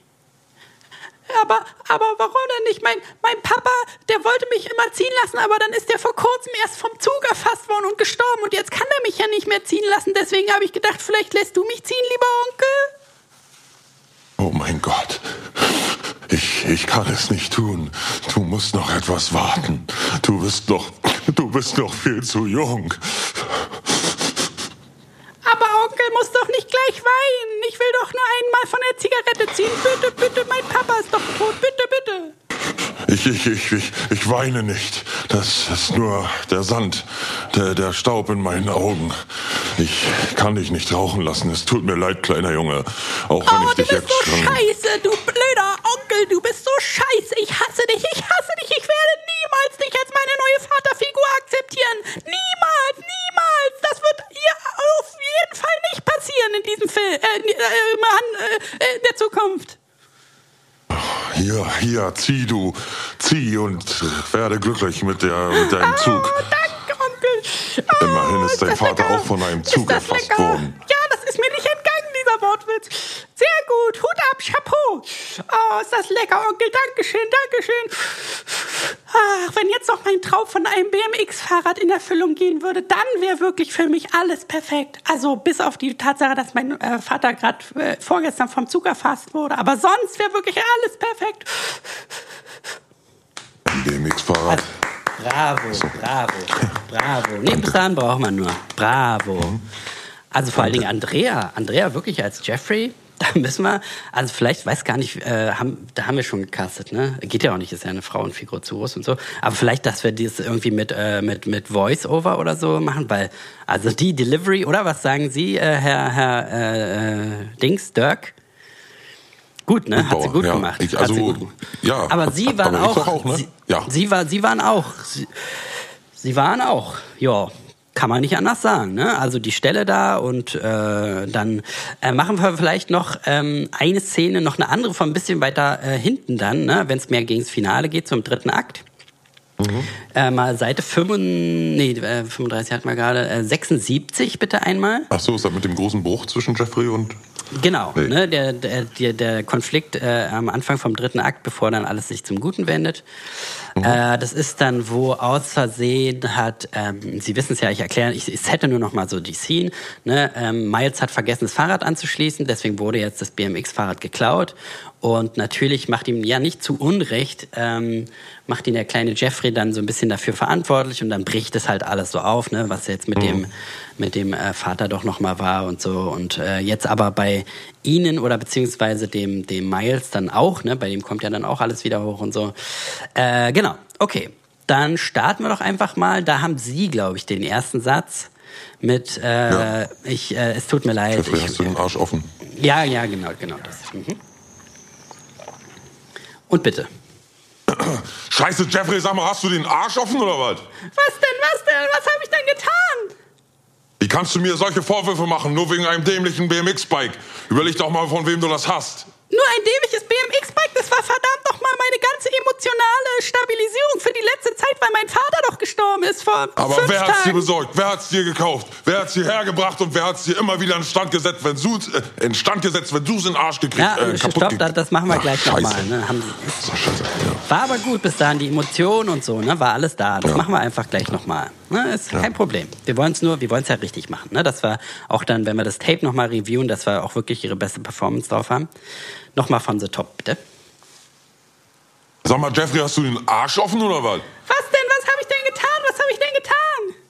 Aber, aber warum denn nicht? Mein, mein Papa, der wollte mich immer ziehen lassen, aber dann ist der vor kurzem erst vom Zug erfasst worden und gestorben und jetzt kann er mich ja nicht mehr ziehen lassen. Deswegen habe ich gedacht, vielleicht lässt du mich ziehen, lieber Onkel. Oh mein Gott. Ich, ich kann es nicht tun. Du musst noch etwas warten. Du bist noch, du bist noch viel zu jung. Aber Onkel muss doch nicht gleich weinen. Ich will doch nur einmal von der Zigarette ziehen. Bitte, bitte, mein Papa ist doch tot. Bitte, bitte. Ich, ich, ich, ich, ich weine nicht. Das ist nur der Sand, der, der Staub in meinen Augen. Ich kann dich nicht rauchen lassen. Es tut mir leid, kleiner Junge. Auch wenn Oh, ich du dich bist jetzt so schon. scheiße, du blöder Onkel, du bist so scheiße. Ich hasse dich, ich hasse dich. Ich werde niemals dich als meine neue Vaterfigur akzeptieren. Niemals, niemals. Das wird ihr auf jeden Fall nicht passieren in diesem Film, äh, äh, Mann, äh, äh, in der Zukunft. Hier, hier, zieh du. Zieh und werde glücklich mit, der, mit deinem Zug. Oh, danke, Onkel. Oh, Immerhin ist dein das Vater lecker. auch von einem Ist Zug das erfasst lecker? worden. Ja, das ist mir nicht entgangen, dieser Wortwitz. Sehr gut, Hut ab, Chapeau. Oh, ist das lecker, Onkel. Dankeschön, Dankeschön. Ach, wenn jetzt noch mein Traum von einem BMX-Fahrrad in Erfüllung gehen würde, dann wäre wirklich für mich alles perfekt. Also bis auf die Tatsache, dass mein äh, Vater gerade äh, vorgestern vom Zug erfasst wurde. Aber sonst wäre wirklich alles perfekt. BMX-Fahrrad. Bravo, bravo, bravo. Nee, bis dahin braucht man nur. Bravo. Also vor allen Dingen Andrea. Andrea wirklich als Jeffrey. Da müssen wir, also vielleicht weiß gar nicht, äh, haben, da haben wir schon gecastet, ne? Geht ja auch nicht, ist ja eine Frau und Figur zu groß und so. Aber vielleicht, dass wir das irgendwie mit, äh, mit, mit Voice-Over oder so machen, weil, also die Delivery, oder was sagen Sie, äh, Herr, Herr äh, äh, Dings, Dirk? Gut, ne? Hat sie Bauer, gut ja. gemacht. Ich- Hat sie also, gut gemacht. ja. Aber Sie waren Aber ich auch, doch auch, ne? Sie, Ja. Sie, war, sie waren auch. Sie, sie waren auch. Ja, Kann man nicht anders sagen, ne? Also die Stelle da und äh, dann äh, machen wir vielleicht noch ähm, eine Szene, noch eine andere von ein bisschen weiter äh, hinten dann, ne? wenn es mehr gegens Finale geht, zum dritten Akt. Mhm. Äh, mal Seite 35, nee, äh, 35 hatten wir gerade, äh, 76 bitte einmal. Ach so, ist das mit dem großen Bruch zwischen Jeffrey und. Genau, Nee. ne, der, der, der- der Konflikt äh, am Anfang vom dritten Akt, bevor dann alles sich zum Guten wendet. Äh, das ist dann, wo aus Versehen hat, ähm, Sie wissen es ja, ich erkläre, ich, ich hätte nur noch mal so die Scene, ne, ähm, Miles hat vergessen, das Fahrrad anzuschließen, deswegen wurde jetzt das BMX-Fahrrad geklaut. Und natürlich macht ihm ja nicht zu Unrecht, ähm, macht ihn der kleine Jeffrey dann so ein bisschen dafür verantwortlich und dann bricht es halt alles so auf, ne, was jetzt mit dem, mit dem äh, Vater doch nochmal war und so. Und äh, jetzt aber bei ihnen oder beziehungsweise dem, dem Miles dann auch, ne, bei dem kommt ja dann auch alles wieder hoch und so. Äh, genau, okay. Dann starten wir doch einfach mal. Da haben Sie, glaube ich, den ersten Satz mit äh, Ja. ich äh, es tut mir leid. Jeffrey, hast Ich, du den Arsch offen? ja, ja, genau, genau das. Mhm. Und bitte. Scheiße, Jeffrey, sag mal, hast du den Arsch offen oder was? Was denn, was denn? Was habe ich denn getan? Wie kannst du mir solche Vorwürfe machen, nur wegen einem dämlichen BMX-Bike? Überleg doch mal, von wem du das hast. Nur ein dämliches BMX-Bike, das war verdammt nochmal meine ganze emotionale Stabilisierung für die letzte Zeit, weil mein Vater doch gestorben ist vor Aber fünf wer hat's dir Tagen. besorgt? Wer hat's dir gekauft? Wer hat's dir hergebracht und wer hat's dir immer wieder instand gesetzt, wenn du's äh, instand gesetzt, wenn du's in den Arsch gekriegt, Ja, äh, kaputt also stopp, gekriegt? das, das machen wir Ach, gleich Scheiße. nochmal. Ne? Haben Sie- So, scheiße. Ja. War aber gut bis dahin, die Emotionen und so, ne? War alles da. Das Ja. machen wir einfach gleich nochmal. Ne? Ist kein Problem. Wir wollen es nur, wir wollen es ja richtig machen, ne? Dass wir auch dann, wenn wir das Tape nochmal reviewen, dass wir auch wirklich ihre beste Performance drauf haben. Nochmal von The Top, bitte. Sag mal, Jeffrey, hast du den Arsch offen oder was? Was denn, was habe ich denn getan? Was habe ich denn getan?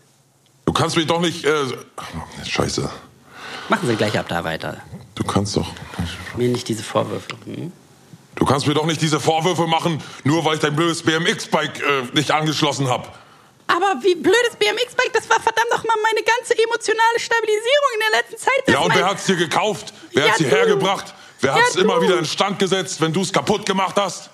Du kannst mich doch nicht. Äh, scheiße. Machen Sie gleich ab da weiter. Du kannst doch. Mir nicht diese Vorwürfe. Hm? Du kannst mir doch nicht diese Vorwürfe machen, nur weil ich dein blödes BMX-Bike äh, nicht angeschlossen hab. Aber wie blödes BMX-Bike, das war verdammt nochmal meine ganze emotionale Stabilisierung in der letzten Zeit. Das Ja, und mein- wer hat's dir gekauft? Wer Ja, hat's dir du. hergebracht? Wer Ja, hat's immer du. wieder instand gesetzt, wenn du's kaputt gemacht hast?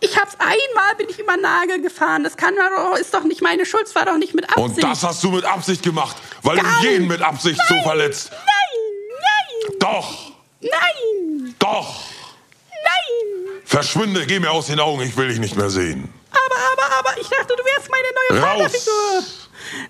Ich hab's einmal, bin ich über Nagel gefahren. Das kann man doch, ist doch nicht meine Schuld, es war doch nicht mit Absicht. Und das hast du mit Absicht gemacht, weil Gar du jeden nicht. mit Absicht so verletzt. Nein, Doch, nein, nein, doch. nein. Verschwinde, geh mir aus den Augen, ich will dich nicht mehr sehen. Aber, aber, aber, ich dachte, du wärst meine neue Raus. Vaterfigur.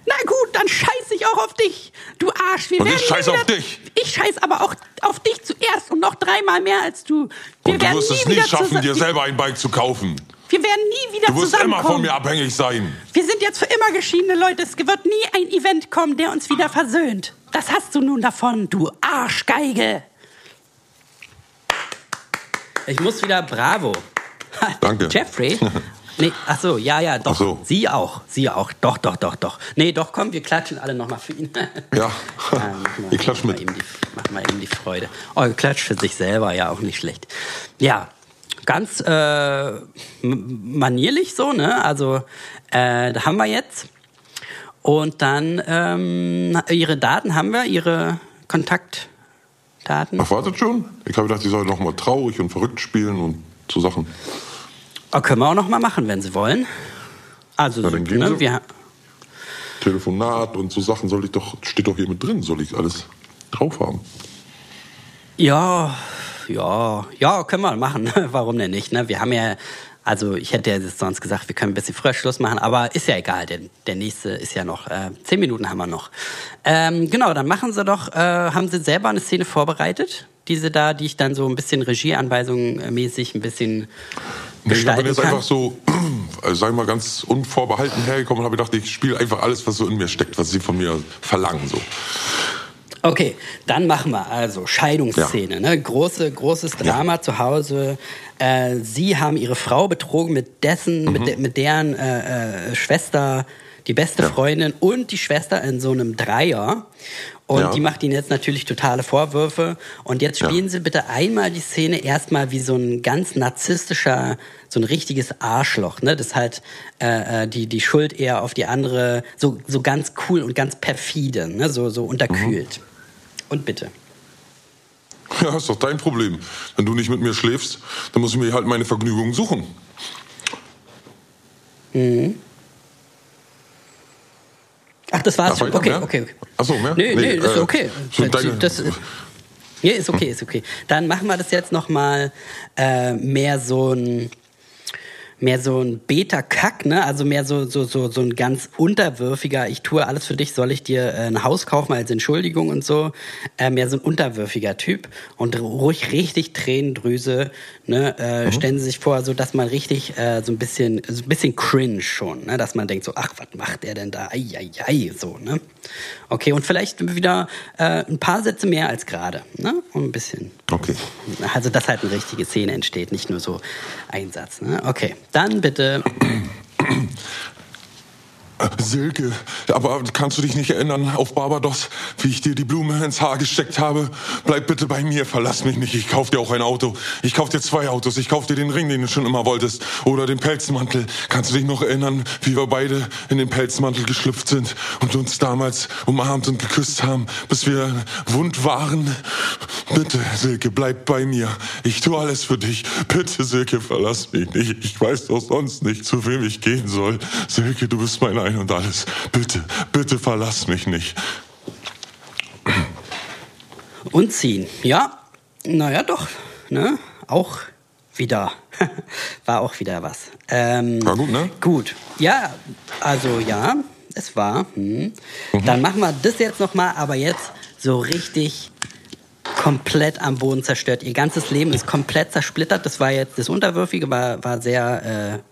Na gut, dann scheiß ich auch auf dich, du Arsch. Wir Und werden ich nie scheiß auf wieder- dich. Ich scheiß aber auch auf dich zuerst und noch dreimal mehr als du. Wir Und du werden wirst nie es nie wieder schaffen, zusammen- dir selber ein Bike zu kaufen. Wir werden nie wieder Du wirst immer zusammenkommen. von mir abhängig sein. Wir sind jetzt für immer geschiedene Leute. Es wird nie ein Event kommen, der uns wieder versöhnt. Das hast du nun davon, du Arschgeige. Ich muss wieder Bravo. Ha, Danke. Jeffrey? Nee, ach so, ja, ja, doch. Ach so. Sie auch. Sie auch. Doch, doch, doch, doch. Nee, doch, komm, wir klatschen alle nochmal für ihn. Ja, Ähm, machen wir- ich klatsch machen mit. wir ihm die- Machen wir ihm die Freude. Oh, geklatscht für sich selber, ja, auch nicht schlecht. Ja, ganz äh, m- manierlich so, ne? Also, äh, da haben wir jetzt. Und dann, ähm, ihre Daten haben wir, ihre Kontaktdaten. Ach, wartet schon? Ich habe gedacht, die soll noch mal traurig und verrückt spielen und so Sachen. Oh, können wir auch noch mal machen, wenn Sie wollen. Also, Na, dann gehen ne, Sie. wir, Telefonat und so Sachen soll ich doch, steht doch hier mit drin, soll ich alles drauf haben. ja, ja, ja, können wir machen. Warum denn nicht? Ne? Wir haben ja, also ich hätte ja jetzt sonst gesagt, wir können ein bisschen früher Schluss machen, aber ist ja egal, denn der nächste ist ja noch, äh, zehn Minuten haben wir noch. Ähm, genau, dann machen Sie doch, äh, haben Sie selber eine Szene vorbereitet? Diese da, die ich dann so ein bisschen Regieanweisungen äh, mäßig ein bisschen Nee, ich bin gestalten jetzt kann. einfach so, also sag ich mal, ganz unvorbehalten hergekommen und habe gedacht, ich spiele einfach alles, was so in mir steckt, was sie von mir verlangen. So. Okay, dann machen wir also Scheidungsszene. Ne? Große, großes Drama zu Hause. Äh, Sie haben Ihre Frau betrogen mit dessen, mit, de, mit deren äh, äh, Schwester, die beste Freundin und die Schwester in so einem Dreier. Und Ja. die macht Ihnen jetzt natürlich totale Vorwürfe. Und jetzt Ja. spielen Sie bitte einmal die Szene erstmal wie so ein ganz narzisstischer, so ein richtiges Arschloch, ne? Das halt äh, äh, die, die Schuld eher auf die andere, so, so ganz cool und ganz perfide, ne? So, so unterkühlt. Mhm. Und bitte. Ja, ist doch dein Problem. Wenn du nicht mit mir schläfst, dann muss ich mir halt meine Vergnügungen suchen. Ach, das war's Darf schon. ich noch Okay, mehr? okay, okay. Ach so, mehr? Nee, nee, Nee, ist äh, okay. schon deine- Das, nee, ist Hm. okay, ist okay. Dann machen wir das jetzt nochmal äh, mehr so ein mehr so ein Beta-Kack, ne? Also mehr so, so, so, so ein ganz unterwürfiger, ich tue alles für dich, soll ich dir äh, ein Haus kaufen als Entschuldigung und so. Äh, mehr so ein unterwürfiger Typ und r- ruhig richtig Tränendrüse, ne? Äh, Stellen Sie sich vor, so dass man richtig äh, so ein bisschen, so ein bisschen cringe schon, ne? Dass man denkt so, ach, was macht der denn da? Ei, ei, ei, so, ne? Okay, und vielleicht wieder äh, ein paar Sätze mehr als gerade, ne? Und ein bisschen. Okay. Also, dass halt eine richtige Szene entsteht, nicht nur so ein Satz. Ne? Okay, dann bitte. Silke, aber kannst du dich nicht erinnern auf Barbados, wie ich dir die Blume ins Haar gesteckt habe? Bleib bitte bei mir, verlass mich nicht. Ich kauf dir auch ein Auto. Ich kauf dir zwei Autos. Ich kauf dir den Ring, den du schon immer wolltest. Oder den Pelzmantel. Kannst du dich noch erinnern, wie wir beide in den Pelzmantel geschlüpft sind und uns damals umarmt und geküsst haben, bis wir wund waren? Bitte, Silke, bleib bei mir. Ich tue alles für dich. Bitte, Silke, verlass mich nicht. Ich weiß doch sonst nicht, zu wem ich gehen soll. Silke, du bist mein Ein und Alles. Bitte, bitte verlass mich nicht. Und ziehen. Ja, naja, doch. Ne? Auch wieder. war auch wieder was. Ähm, War gut, ne? Gut. Ja, also ja, es war. Hm. Mhm. Dann machen wir das jetzt nochmal, aber jetzt so richtig komplett am Boden zerstört. Ihr ganzes Leben ist komplett zersplittert. Das war jetzt das Unterwürfige, war, war sehr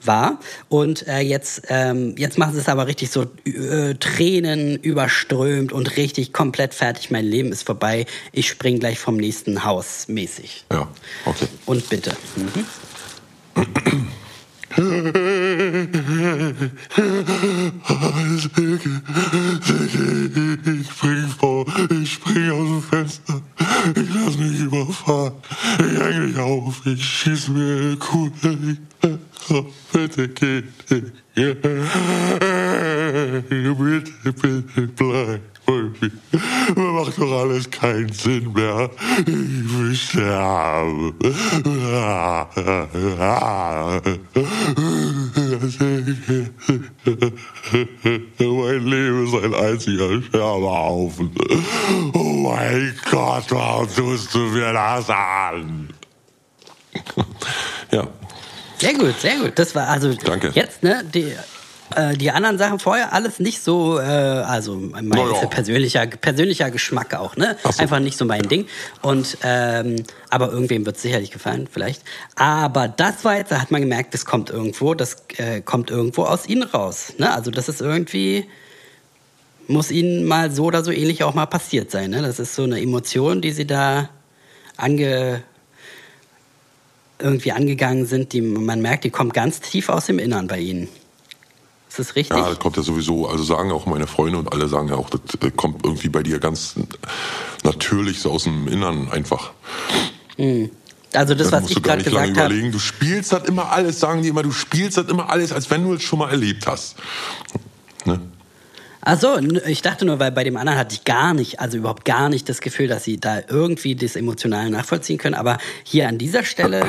äh, wahr. Und äh, jetzt, ähm, jetzt machen sie es aber richtig so äh, Tränen überströmt und richtig komplett fertig. Mein Leben ist vorbei. Ich spring gleich vom nächsten Haus mäßig. Ja, okay. Und bitte. Mhm. Silke, Silke, ich spring vor, ich spring aus dem Fenster, ich lass mich überfahren, ich häng dich auf, ich schieß mir eine Kugel, so, bitte geh nicht. bitte, bitte bleib bei mir, mir macht doch alles keinen Sinn mehr, ich will sterben. Mein Leben ist ein einziger Scherbenhaufen. Oh mein Gott, warum tust du mir das an? Ja, Sehr gut, sehr gut. Das war also Danke. jetzt, ne? Die, äh, die anderen Sachen vorher alles nicht so, äh, also mein Na ja. ist ja persönlicher, persönlicher Geschmack auch, ne? Ach so. Einfach nicht so mein Ding. Und ähm, aber irgendwem wird es sicherlich gefallen, vielleicht. Aber das war jetzt, da hat man gemerkt, das kommt irgendwo, das äh, kommt irgendwo aus ihnen raus. Ne? Also das ist irgendwie muss ihnen mal so oder so ähnlich auch mal passiert sein. Ne? Das ist so eine Emotion, die sie da ange irgendwie angegangen sind, die man merkt, die kommt ganz tief aus dem Innern bei ihnen. Ist das richtig? Ja, das kommt ja sowieso. Also sagen auch meine Freunde und alle sagen ja auch, das äh, kommt irgendwie bei dir ganz natürlich so aus dem Innern einfach. also das, Da was musst du ich gar gerade nicht lange gesagt habe. überlegen. Du spielst das immer alles, sagen die immer, du spielst das immer alles, als wenn du es schon mal erlebt hast. Ne? Ach so, n- ich dachte nur, weil bei dem anderen hatte ich gar nicht, also überhaupt gar nicht das Gefühl, dass sie da irgendwie das Emotionale nachvollziehen können. Aber hier an dieser Stelle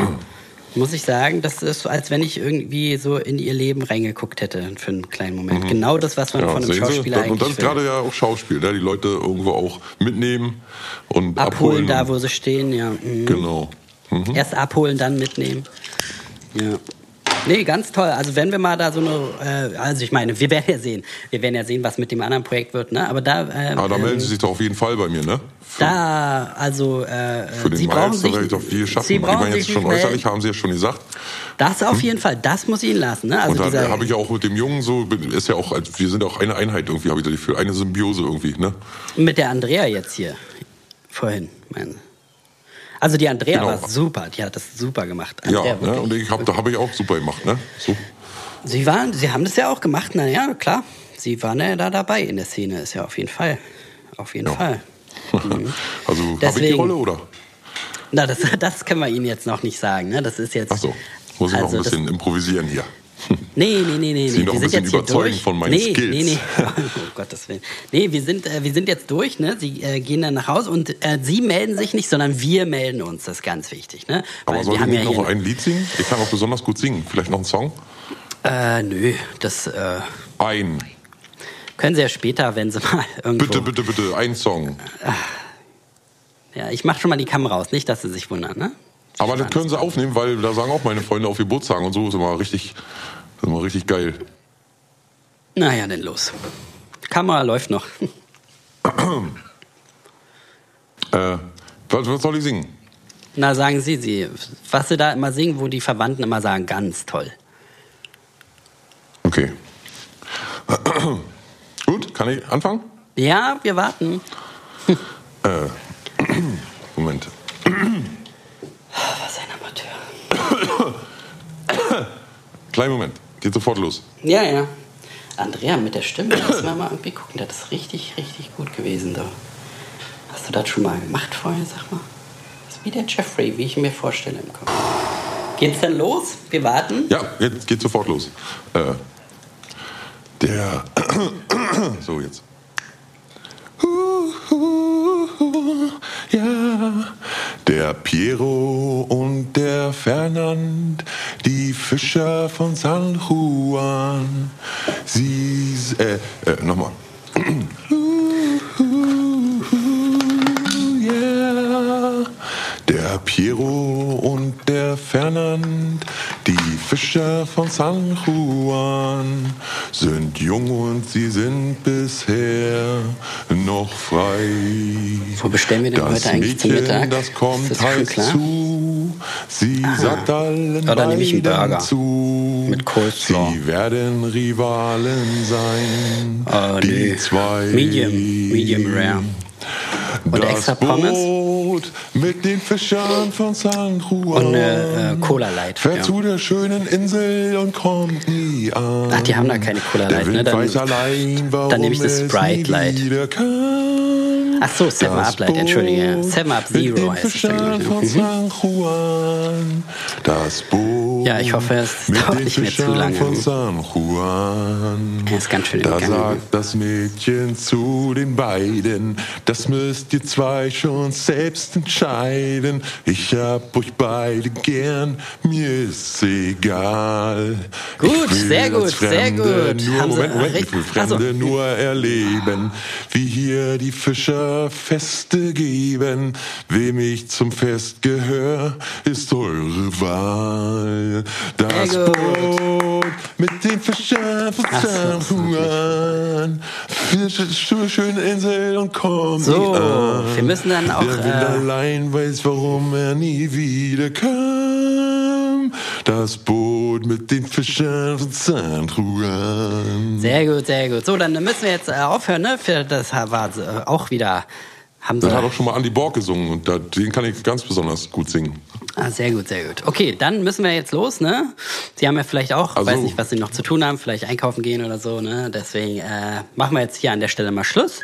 muss ich sagen, das ist so, als wenn ich irgendwie so in ihr Leben reingeguckt hätte für einen kleinen Moment. Genau das, was man Mhm. Ja, von einem sehen Sie? Schauspieler Und das eigentlich äh, ist will. gerade ja auch Schauspiel, ne? die Leute irgendwo auch mitnehmen und abholen, abholen. da wo sie stehen, ja. Mhm. Genau. Mhm. Erst abholen, dann mitnehmen. Ja. Nee, ganz toll. Also wenn wir mal da so eine, äh, also ich meine, wir werden ja sehen, wir werden ja sehen, was mit dem anderen Projekt wird, ne? Aber da, äh, Ah, da ähm, melden sie sich doch auf jeden Fall bei mir, ne? Für, da, also äh, für den sie brauchen Miles, da sich, werde ich doch viel schaffen. sie ich meine, brauchen jetzt sich schon nicht melden. äußerlich, haben sie ja schon gesagt. Das auf jeden Fall, das muss ich ihnen lassen, ne? Also und dieser, da habe ich ja auch mit dem Jungen so, ist ja auch, als- wir sind auch eine Einheit irgendwie, habe ich das Gefühl, eine Symbiose irgendwie, ne? mit der Andrea jetzt hier vorhin, meine. Also die Andrea Genau. war super, die hat das super gemacht. Ja, Andrea, ne? wirklich. und ich hab, da habe ich auch super gemacht, ne? So. Sie waren, Sie haben das ja auch gemacht, na ja, klar. Sie waren ja da dabei in der Szene, ist ja auf jeden Fall. Auf jeden Ja. Fall. Also habe ich die Hm? Deswegen. Rolle, oder? Na, das, das können wir Ihnen jetzt noch nicht sagen, ne? Das ist jetzt. also Ach so, muss ich noch ein das- bisschen improvisieren hier. Nee, nee, nee, nee. Sie nee. noch ein bisschen hier überzeugen von meinen nee, Skills. Nee, nee, oh Gottes Willen. Nee, wir sind, äh, wir sind jetzt durch, ne? Sie äh, gehen dann nach Hause und äh, Sie melden sich nicht, sondern wir melden uns, das ist ganz wichtig, ne? Aber soll ich nicht noch hier- ein Lied singen? Ich kann auch besonders gut singen. Vielleicht noch einen Song? Äh, nö, das, äh, Ein. Können Sie ja später, wenn Sie mal irgendwo... Bitte, bitte, bitte, ein Song. Ja, ich mache schon mal die Kamera aus, nicht, dass Sie sich wundern, ne? Aber das können sie aufnehmen, weil da sagen auch meine Freunde auf Geburtstagen und so, ist immer richtig, ist immer richtig geil. Naja, dann los. Kamera läuft noch. Äh, was, was soll ich singen? Na, sagen Sie, Sie, was Sie da immer singen, wo die Verwandten immer sagen, ganz toll. Okay. Gut, kann ich anfangen? Ja, wir warten. Äh, Moment. Was ein Amateur. Kleinen Moment. Geht sofort los. Ja, ja. Andrea mit der Stimme, müssen wir mal irgendwie gucken. Das ist richtig, richtig gut gewesen. Da. Hast du das schon mal gemacht vorher, sag mal? Das ist wie der Jeffrey, wie ich ihn mir vorstelle im Kopf. Geht's denn los? Wir warten. Ja, jetzt geht sofort los. Äh, der. so jetzt. Ja, der Piero und der Fernand, die Fischer von San Juan. Sie, äh, äh nochmal. Ja, der Piero und der Fernand, die Fischer von San Juan, sind jung und sie sind bisher noch frei. Wo bestellen wir denn das heute eigentlich zum Mädchen, Mittag? Das Ist kommt das schon heiß klar? zu, sie sagt allen Ja, dann nehme ich einen beiden Burger. zu. Mit Coleslaw. Sie werden Rivalen sein, Ah, die nee. zwei. Medium, medium rare. Und das extra Pommes? Boot mit den Fischern von San Juan. Und eine äh, Cola Light. Fährt ja. zu der schönen Insel und kommt nie an. Ach, die haben da keine Cola Der Light, Wind ne? Dann- weiß allein, warum nehme ich das es Sprite nie Light. wieder kann. Ach so, 7 Up Das Light, entschuldige. Boot 7 Up mit Zero den heißt es dann, glaube Fischern ich, von ne? San Juan. Das Boot. Ja, ich hoffe, es mit dauert den nicht mehr zu Fischern lange. Von San Juan. Ja, ist ganz schön im Da Gang. sagt das Mädchen zu den beiden, das müsst ihr zwei schon selbst entscheiden. Ich hab euch beide gern, mir ist egal. Gut, Ich will sehr gut, als sehr Fremde gut. Nur, Haben Sie Moment, Moment, ich recht. Also- will Fremde Ach so. nur erleben, wie hier die Fischer Feste geben. Wem ich zum Fest gehör, ist eure Wahl. Das Sehr gut. Boot mit den Fischern von Ach so, San das ist nicht Juan. Fische, schöne, schöne Insel und komm So, an. wir müssen dann auch, Der Wind äh, allein weiß, warum er nie wieder kam. Das Boot mit den Fischern von San Juan. Sehr gut, sehr gut. So, dann müssen wir jetzt äh, aufhören, ne? Für das war äh, auch wieder. Haben Sie Da hat auch schon mal Andy Borg gesungen und da, den kann ich ganz besonders gut singen. Ah, sehr gut, sehr gut. Okay, dann müssen wir jetzt los, ne? Sie haben ja vielleicht auch, Also- weiß nicht, was Sie noch zu tun haben, vielleicht einkaufen gehen oder so, ne? Deswegen äh, machen wir jetzt hier an der Stelle mal Schluss.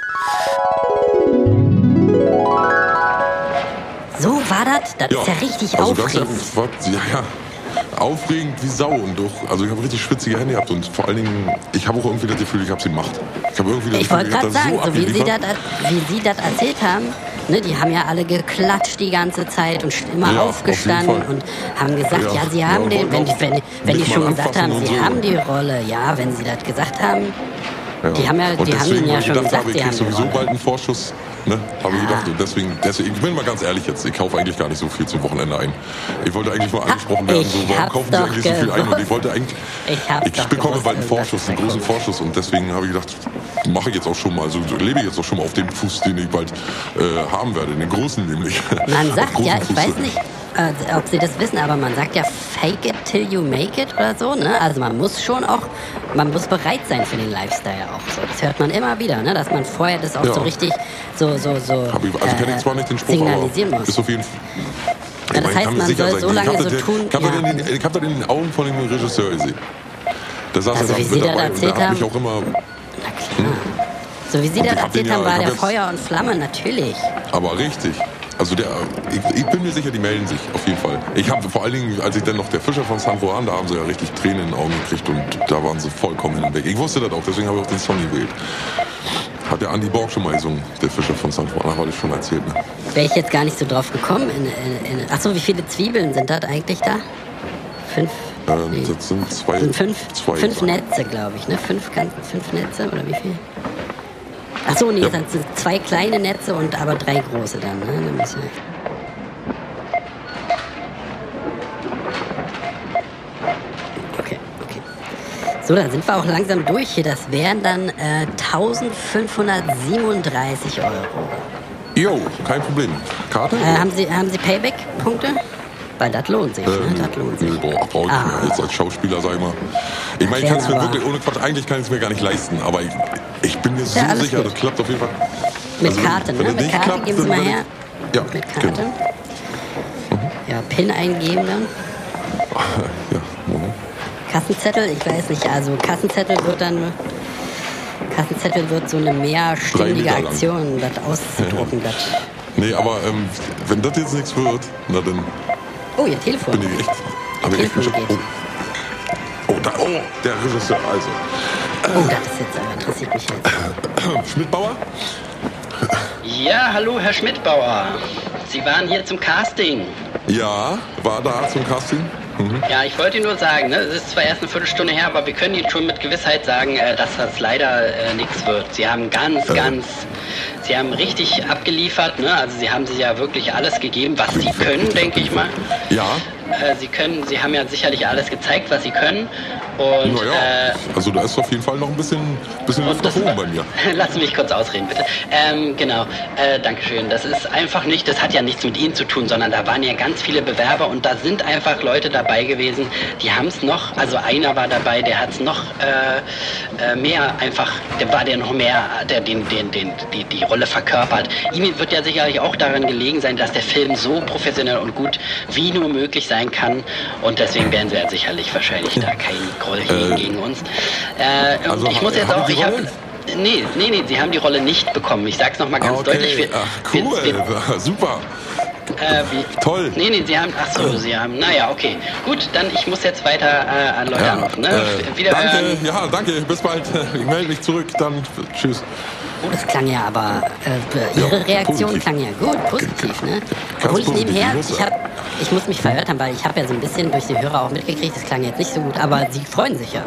So war das? Das ist ja richtig also das aufregend. ist ja, was- ja, ja, aufregend wie Sau und doch, also ich habe richtig schwitzige Hände gehabt und vor allen Dingen, ich habe auch irgendwie das Gefühl, ich habe sie gemacht. Ich habe irgendwie das Ich Gefühl, wollte ich habe gerade das sagen, so so wie Sie abgeliefert. das wie Sie das erzählt haben, ne, die haben ja alle geklatscht die ganze Zeit und sch- immer Ja, auf aufgestanden jeden und haben gesagt, Ja. ja, Sie Ja, haben und den, wenn, wollten die- auch wenn, wenn die nicht schon mal gesagt anfassen haben, und Sie so. haben die Rolle, ja, wenn Sie das gesagt haben, Ja. die haben ja, und die haben deswegen, Ihnen weil ja ich schon gedacht gesagt, habe, ich Sie haben krieg die sowieso Rolle. bald einen Vorschuss, ne, habe ich gedacht und deswegen, deswegen, ich bin mal ganz ehrlich jetzt, ich kaufe eigentlich gar nicht so viel zum Wochenende ein. Ich wollte eigentlich mal angesprochen werden, so, ich warum hab's kaufen Sie doch eigentlich so viel ein und ich gewusst. wollte eigentlich, Ich hab's doch bekomme gewusst, bald einen dass das Vorschuss, einen großen kommt. Vorschuss und deswegen habe ich gedacht, mache ich jetzt auch schon mal, so, so lebe ich jetzt auch schon mal auf dem Fuß, den ich bald äh, haben werde, den großen nämlich. Man Auf sagt großen ja, ich Fuß. weiß nicht, äh, ob Sie das wissen, aber man sagt ja, fake it till you make it oder so, ne? Also man muss schon auch, man muss bereit sein für den Lifestyle auch. So. Das hört man immer wieder, ne? Dass man vorher das auch Ja. so richtig so, so, so. Hab ich, also kenne ich äh, zwar nicht den Spruch, signalisieren aber muss. ist auf jeden Ja, das Ich meine, heißt, kann mir man sicher soll sein, so ich lange hab so das- tun. Ich habe ja. das, in- ich hab das in den Augen von dem Regisseur gesehen. Da saß Also, er wie da Sie mit das dabei und erzählt der hat mich haben- auch immer... Na klar. Ah. So wie Sie Und das ich hab den erzählt ja- haben, ich war hab der jetzt- Feuer und Flamme, natürlich. Aber richtig. Also der, ich, ich bin mir sicher, die melden sich auf jeden Fall. Ich habe vor allen Dingen, als ich dann noch der Fischer von San Juan, da haben sie ja richtig Tränen in den Augen gekriegt und da waren sie vollkommen hinweg. Ich wusste das auch, deswegen habe ich auch den Song gewählt. Hat der Andy Borg schon mal gesungen, der Fischer von San Juan, habe ich schon erzählt. Ne? Wäre ich jetzt gar nicht so drauf gekommen. In, in, in, ach so, wie viele Zwiebeln sind das eigentlich da? Fünf? Ähm, das sind zwei. sind fünf, zwei fünf Seiten. Netze, glaube ich, ne? Fünf, ganz, fünf Netze oder wie viel? Ach so, nee, Ja. das sind zwei kleine Netze und aber drei große dann, ne? Dann müssen wir- Okay, okay. So, dann sind wir auch langsam durch hier. Das wären dann äh, 1537 Euro. Jo, kein Problem. Karte? Äh, haben Sie, haben Sie Payback-Punkte? Weil das lohnt sich, Ähm, ne? Das lohnt sich. Äh, Nee, boah, brauche ich Ah. nicht mehr. jetzt als Schauspieler, sag ich mal. Ich meine, ich kann es mir aber- wirklich, ohne Quatsch, eigentlich kann ich es mir gar nicht leisten, aber ich, ich bin mir so Ja, alles sicher, gut. das klappt auf jeden Fall. Mit Also, Karte, wenn ne? das Mit nicht Karte klappt, geben Sie dann mal bin her. ich- Ja, Mit Karte. Mhm. Genau. Ja, PIN eingeben dann. Ja, Moment. Kassenzettel, ich weiß nicht, also Kassenzettel wird dann. Kassenzettel wird so eine mehrstündige Drei Meter lang. Aktion, das auszudrucken. das. Nee, aber ähm, wenn das jetzt nichts wird, na dann Oh, ihr Telefon. bin ich echt. Aber echt Telefon nicht. geht. Oh. Oh, da, oh, der Regisseur, also. Oh, das ist jetzt aber interessiert mich jetzt. Schmidtbauer? Ja, hallo, Herr Schmidtbauer. Sie waren hier zum Casting. Ja, war da zum Casting? Mhm. Ja, ich wollte Ihnen nur sagen, ne, es ist zwar erst eine Viertelstunde her, aber wir können Ihnen schon mit Gewissheit sagen, äh, dass das leider äh, nichts wird. Sie haben ganz, ganz, Sie haben richtig abgeliefert, ne? Also Sie haben sich ja wirklich alles gegeben, was Sie können, denke ich mal. Ja, Äh, Sie können, Sie haben ja sicherlich alles gezeigt, was Sie können. Und naja. äh, Also da ist auf jeden Fall noch ein bisschen, bisschen Luft nach das- oben bei mir. Lassen Sie mich kurz ausreden, bitte. Ähm, genau. Äh, Dankeschön. Das ist einfach nicht, das hat ja nichts mit Ihnen zu tun, sondern da waren ja ganz viele Bewerber und da sind einfach Leute dabei gewesen, die haben es noch, also einer war dabei, der hat es noch äh, äh, mehr einfach, der war der noch mehr, der den, den, den, die, die Rolle verkörpert. Ihm wird ja sicherlich auch daran gelegen sein, dass der Film so professionell und gut wie nur möglich sein kann und deswegen werden sie ja sicherlich wahrscheinlich da keinen Groll hegen gegen uns. Äh, Also, ich muss jetzt haben auch, die ich habe Rolle? Nee, nee, nee, sie haben die Rolle nicht bekommen. Ich sag's nochmal ganz deutlich. Wir, Ach, wir- Ah, cool. wir- Super. äh, wir- Toll. Nee, nee, sie haben. Ach so, sie haben. Naja, okay. Gut, dann ich muss jetzt weiter äh, an Leute anrufen. Ne? äh, Wiederhören. danke, ja, danke. Bis bald. Ich melde mich zurück. Dann tschüss. Oh, das klang ja aber. Äh, Ja, ihre Reaktion positiv. klang Genau. ja gut, positiv, ne? Ganz Obwohl ich positiv, nebenher, muss ich, er. hab, ich muss mich verhört haben, weil ich habe ja so ein bisschen durch die Hörer auch mitgekriegt, das klang jetzt nicht so gut, aber sie freuen sich ja.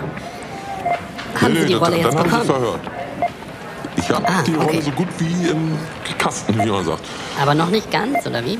Haben Nee, sie die nee, Rolle dann, jetzt dann hab ich sie bekommen? verhört. Ich habe Ah, die Rolle okay. so gut wie im Kasten, wie man sagt. Aber noch nicht ganz, oder wie?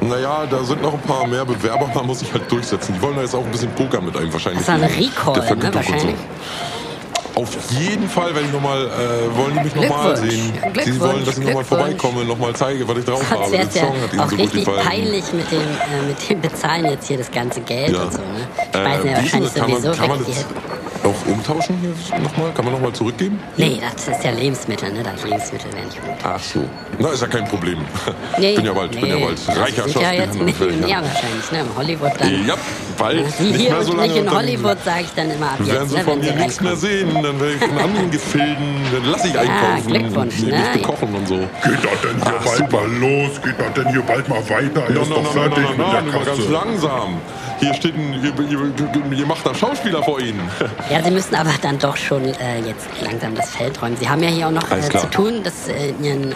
Naja, da sind noch ein paar mehr Bewerber, da muss ich halt durchsetzen. Die wollen da jetzt auch ein bisschen Poker mit einem wahrscheinlich. Das war ein wegen Recall, der ne, Vergütung und wahrscheinlich. So. Auf jeden Fall, wenn ich nochmal, äh, wollen die mich nochmal Glückwunsch, sehen. Glückwunsch, Die wollen, dass ich nochmal Glückwunsch. vorbeikomme, nochmal zeige, was ich drauf Sonst habe. wäre es Der ja Song hat ihnen auch so gut richtig gefallen. peinlich mit dem, äh, mit dem Bezahlen jetzt hier das ganze Geld Ja. und so. Ne? Die Äh, speisen ja wie ist denn wahrscheinlich das? kann man, sowieso kann man weg. das die- auch umtauschen hier nochmal? Kann man nochmal zurückgeben? Nee, das ist ja Lebensmittel, ne? Das Lebensmittel werden nicht gut. Ach so. Na, ist ja kein Problem. Nee, bin ja bald, bin ja bald. Das Reicher sind ja Schauspieler. jetzt Millionär wahrscheinlich, ne? Im Hollywood dann. Ja, bald. Wie nicht hier mehr so und lange nicht in und dann Hollywood, sage ich dann immer ab Werden jetzt, sie ne? von Wenn sie mir nichts mehr reinkommen. sehen, dann werde ich in anderen Gefilden, dann lasse ich einkaufen, Glückwunsch, mich ne? bekochen und so. Geht das denn hier Ach, bald super. mal los? Geht das denn hier bald mal weiter? Er No, ist no, doch no, no, fertig no, no, mit no, der ganz Kasse. langsam. Hier steht ein, ihr, ihr, ihr macht da Schauspieler vor Ihnen. Ja, sie müssen aber dann doch schon äh, jetzt langsam das Feld räumen. Sie haben ja hier auch noch Alles äh, klar. zu tun, dass äh, ihren, äh,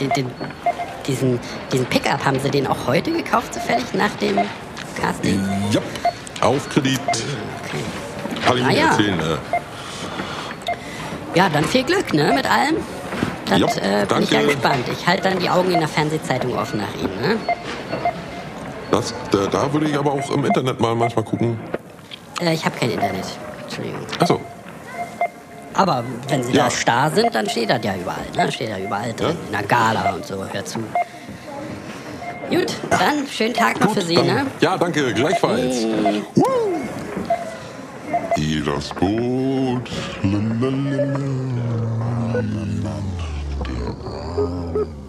den, den, diesen, diesen Pickup haben sie den auch heute gekauft, zufällig nach dem Casting. Ja, auf Kredit. Kann ich Ah, Ihnen ja. erzählen. äh. Ja, dann viel Glück, ne, mit allem. Das Jo, äh, bin ich ja danke. gespannt. Ich halte dann die Augen in der Fernsehzeitung offen nach Ihnen, ne? Das, da, da würde ich aber auch im Internet mal manchmal gucken. Äh, ich habe kein Internet. Entschuldigung. Achso, Aber wenn sie Ja. da Star sind, dann steht das ja überall. Ne? Steht da überall drin. Ja. In der Gala und so. Hör zu. Gut, dann schönen Tag noch gut. für Sie, dann, ne? Ja, danke, gleichfalls. Geh das Boot. La, la, la, la.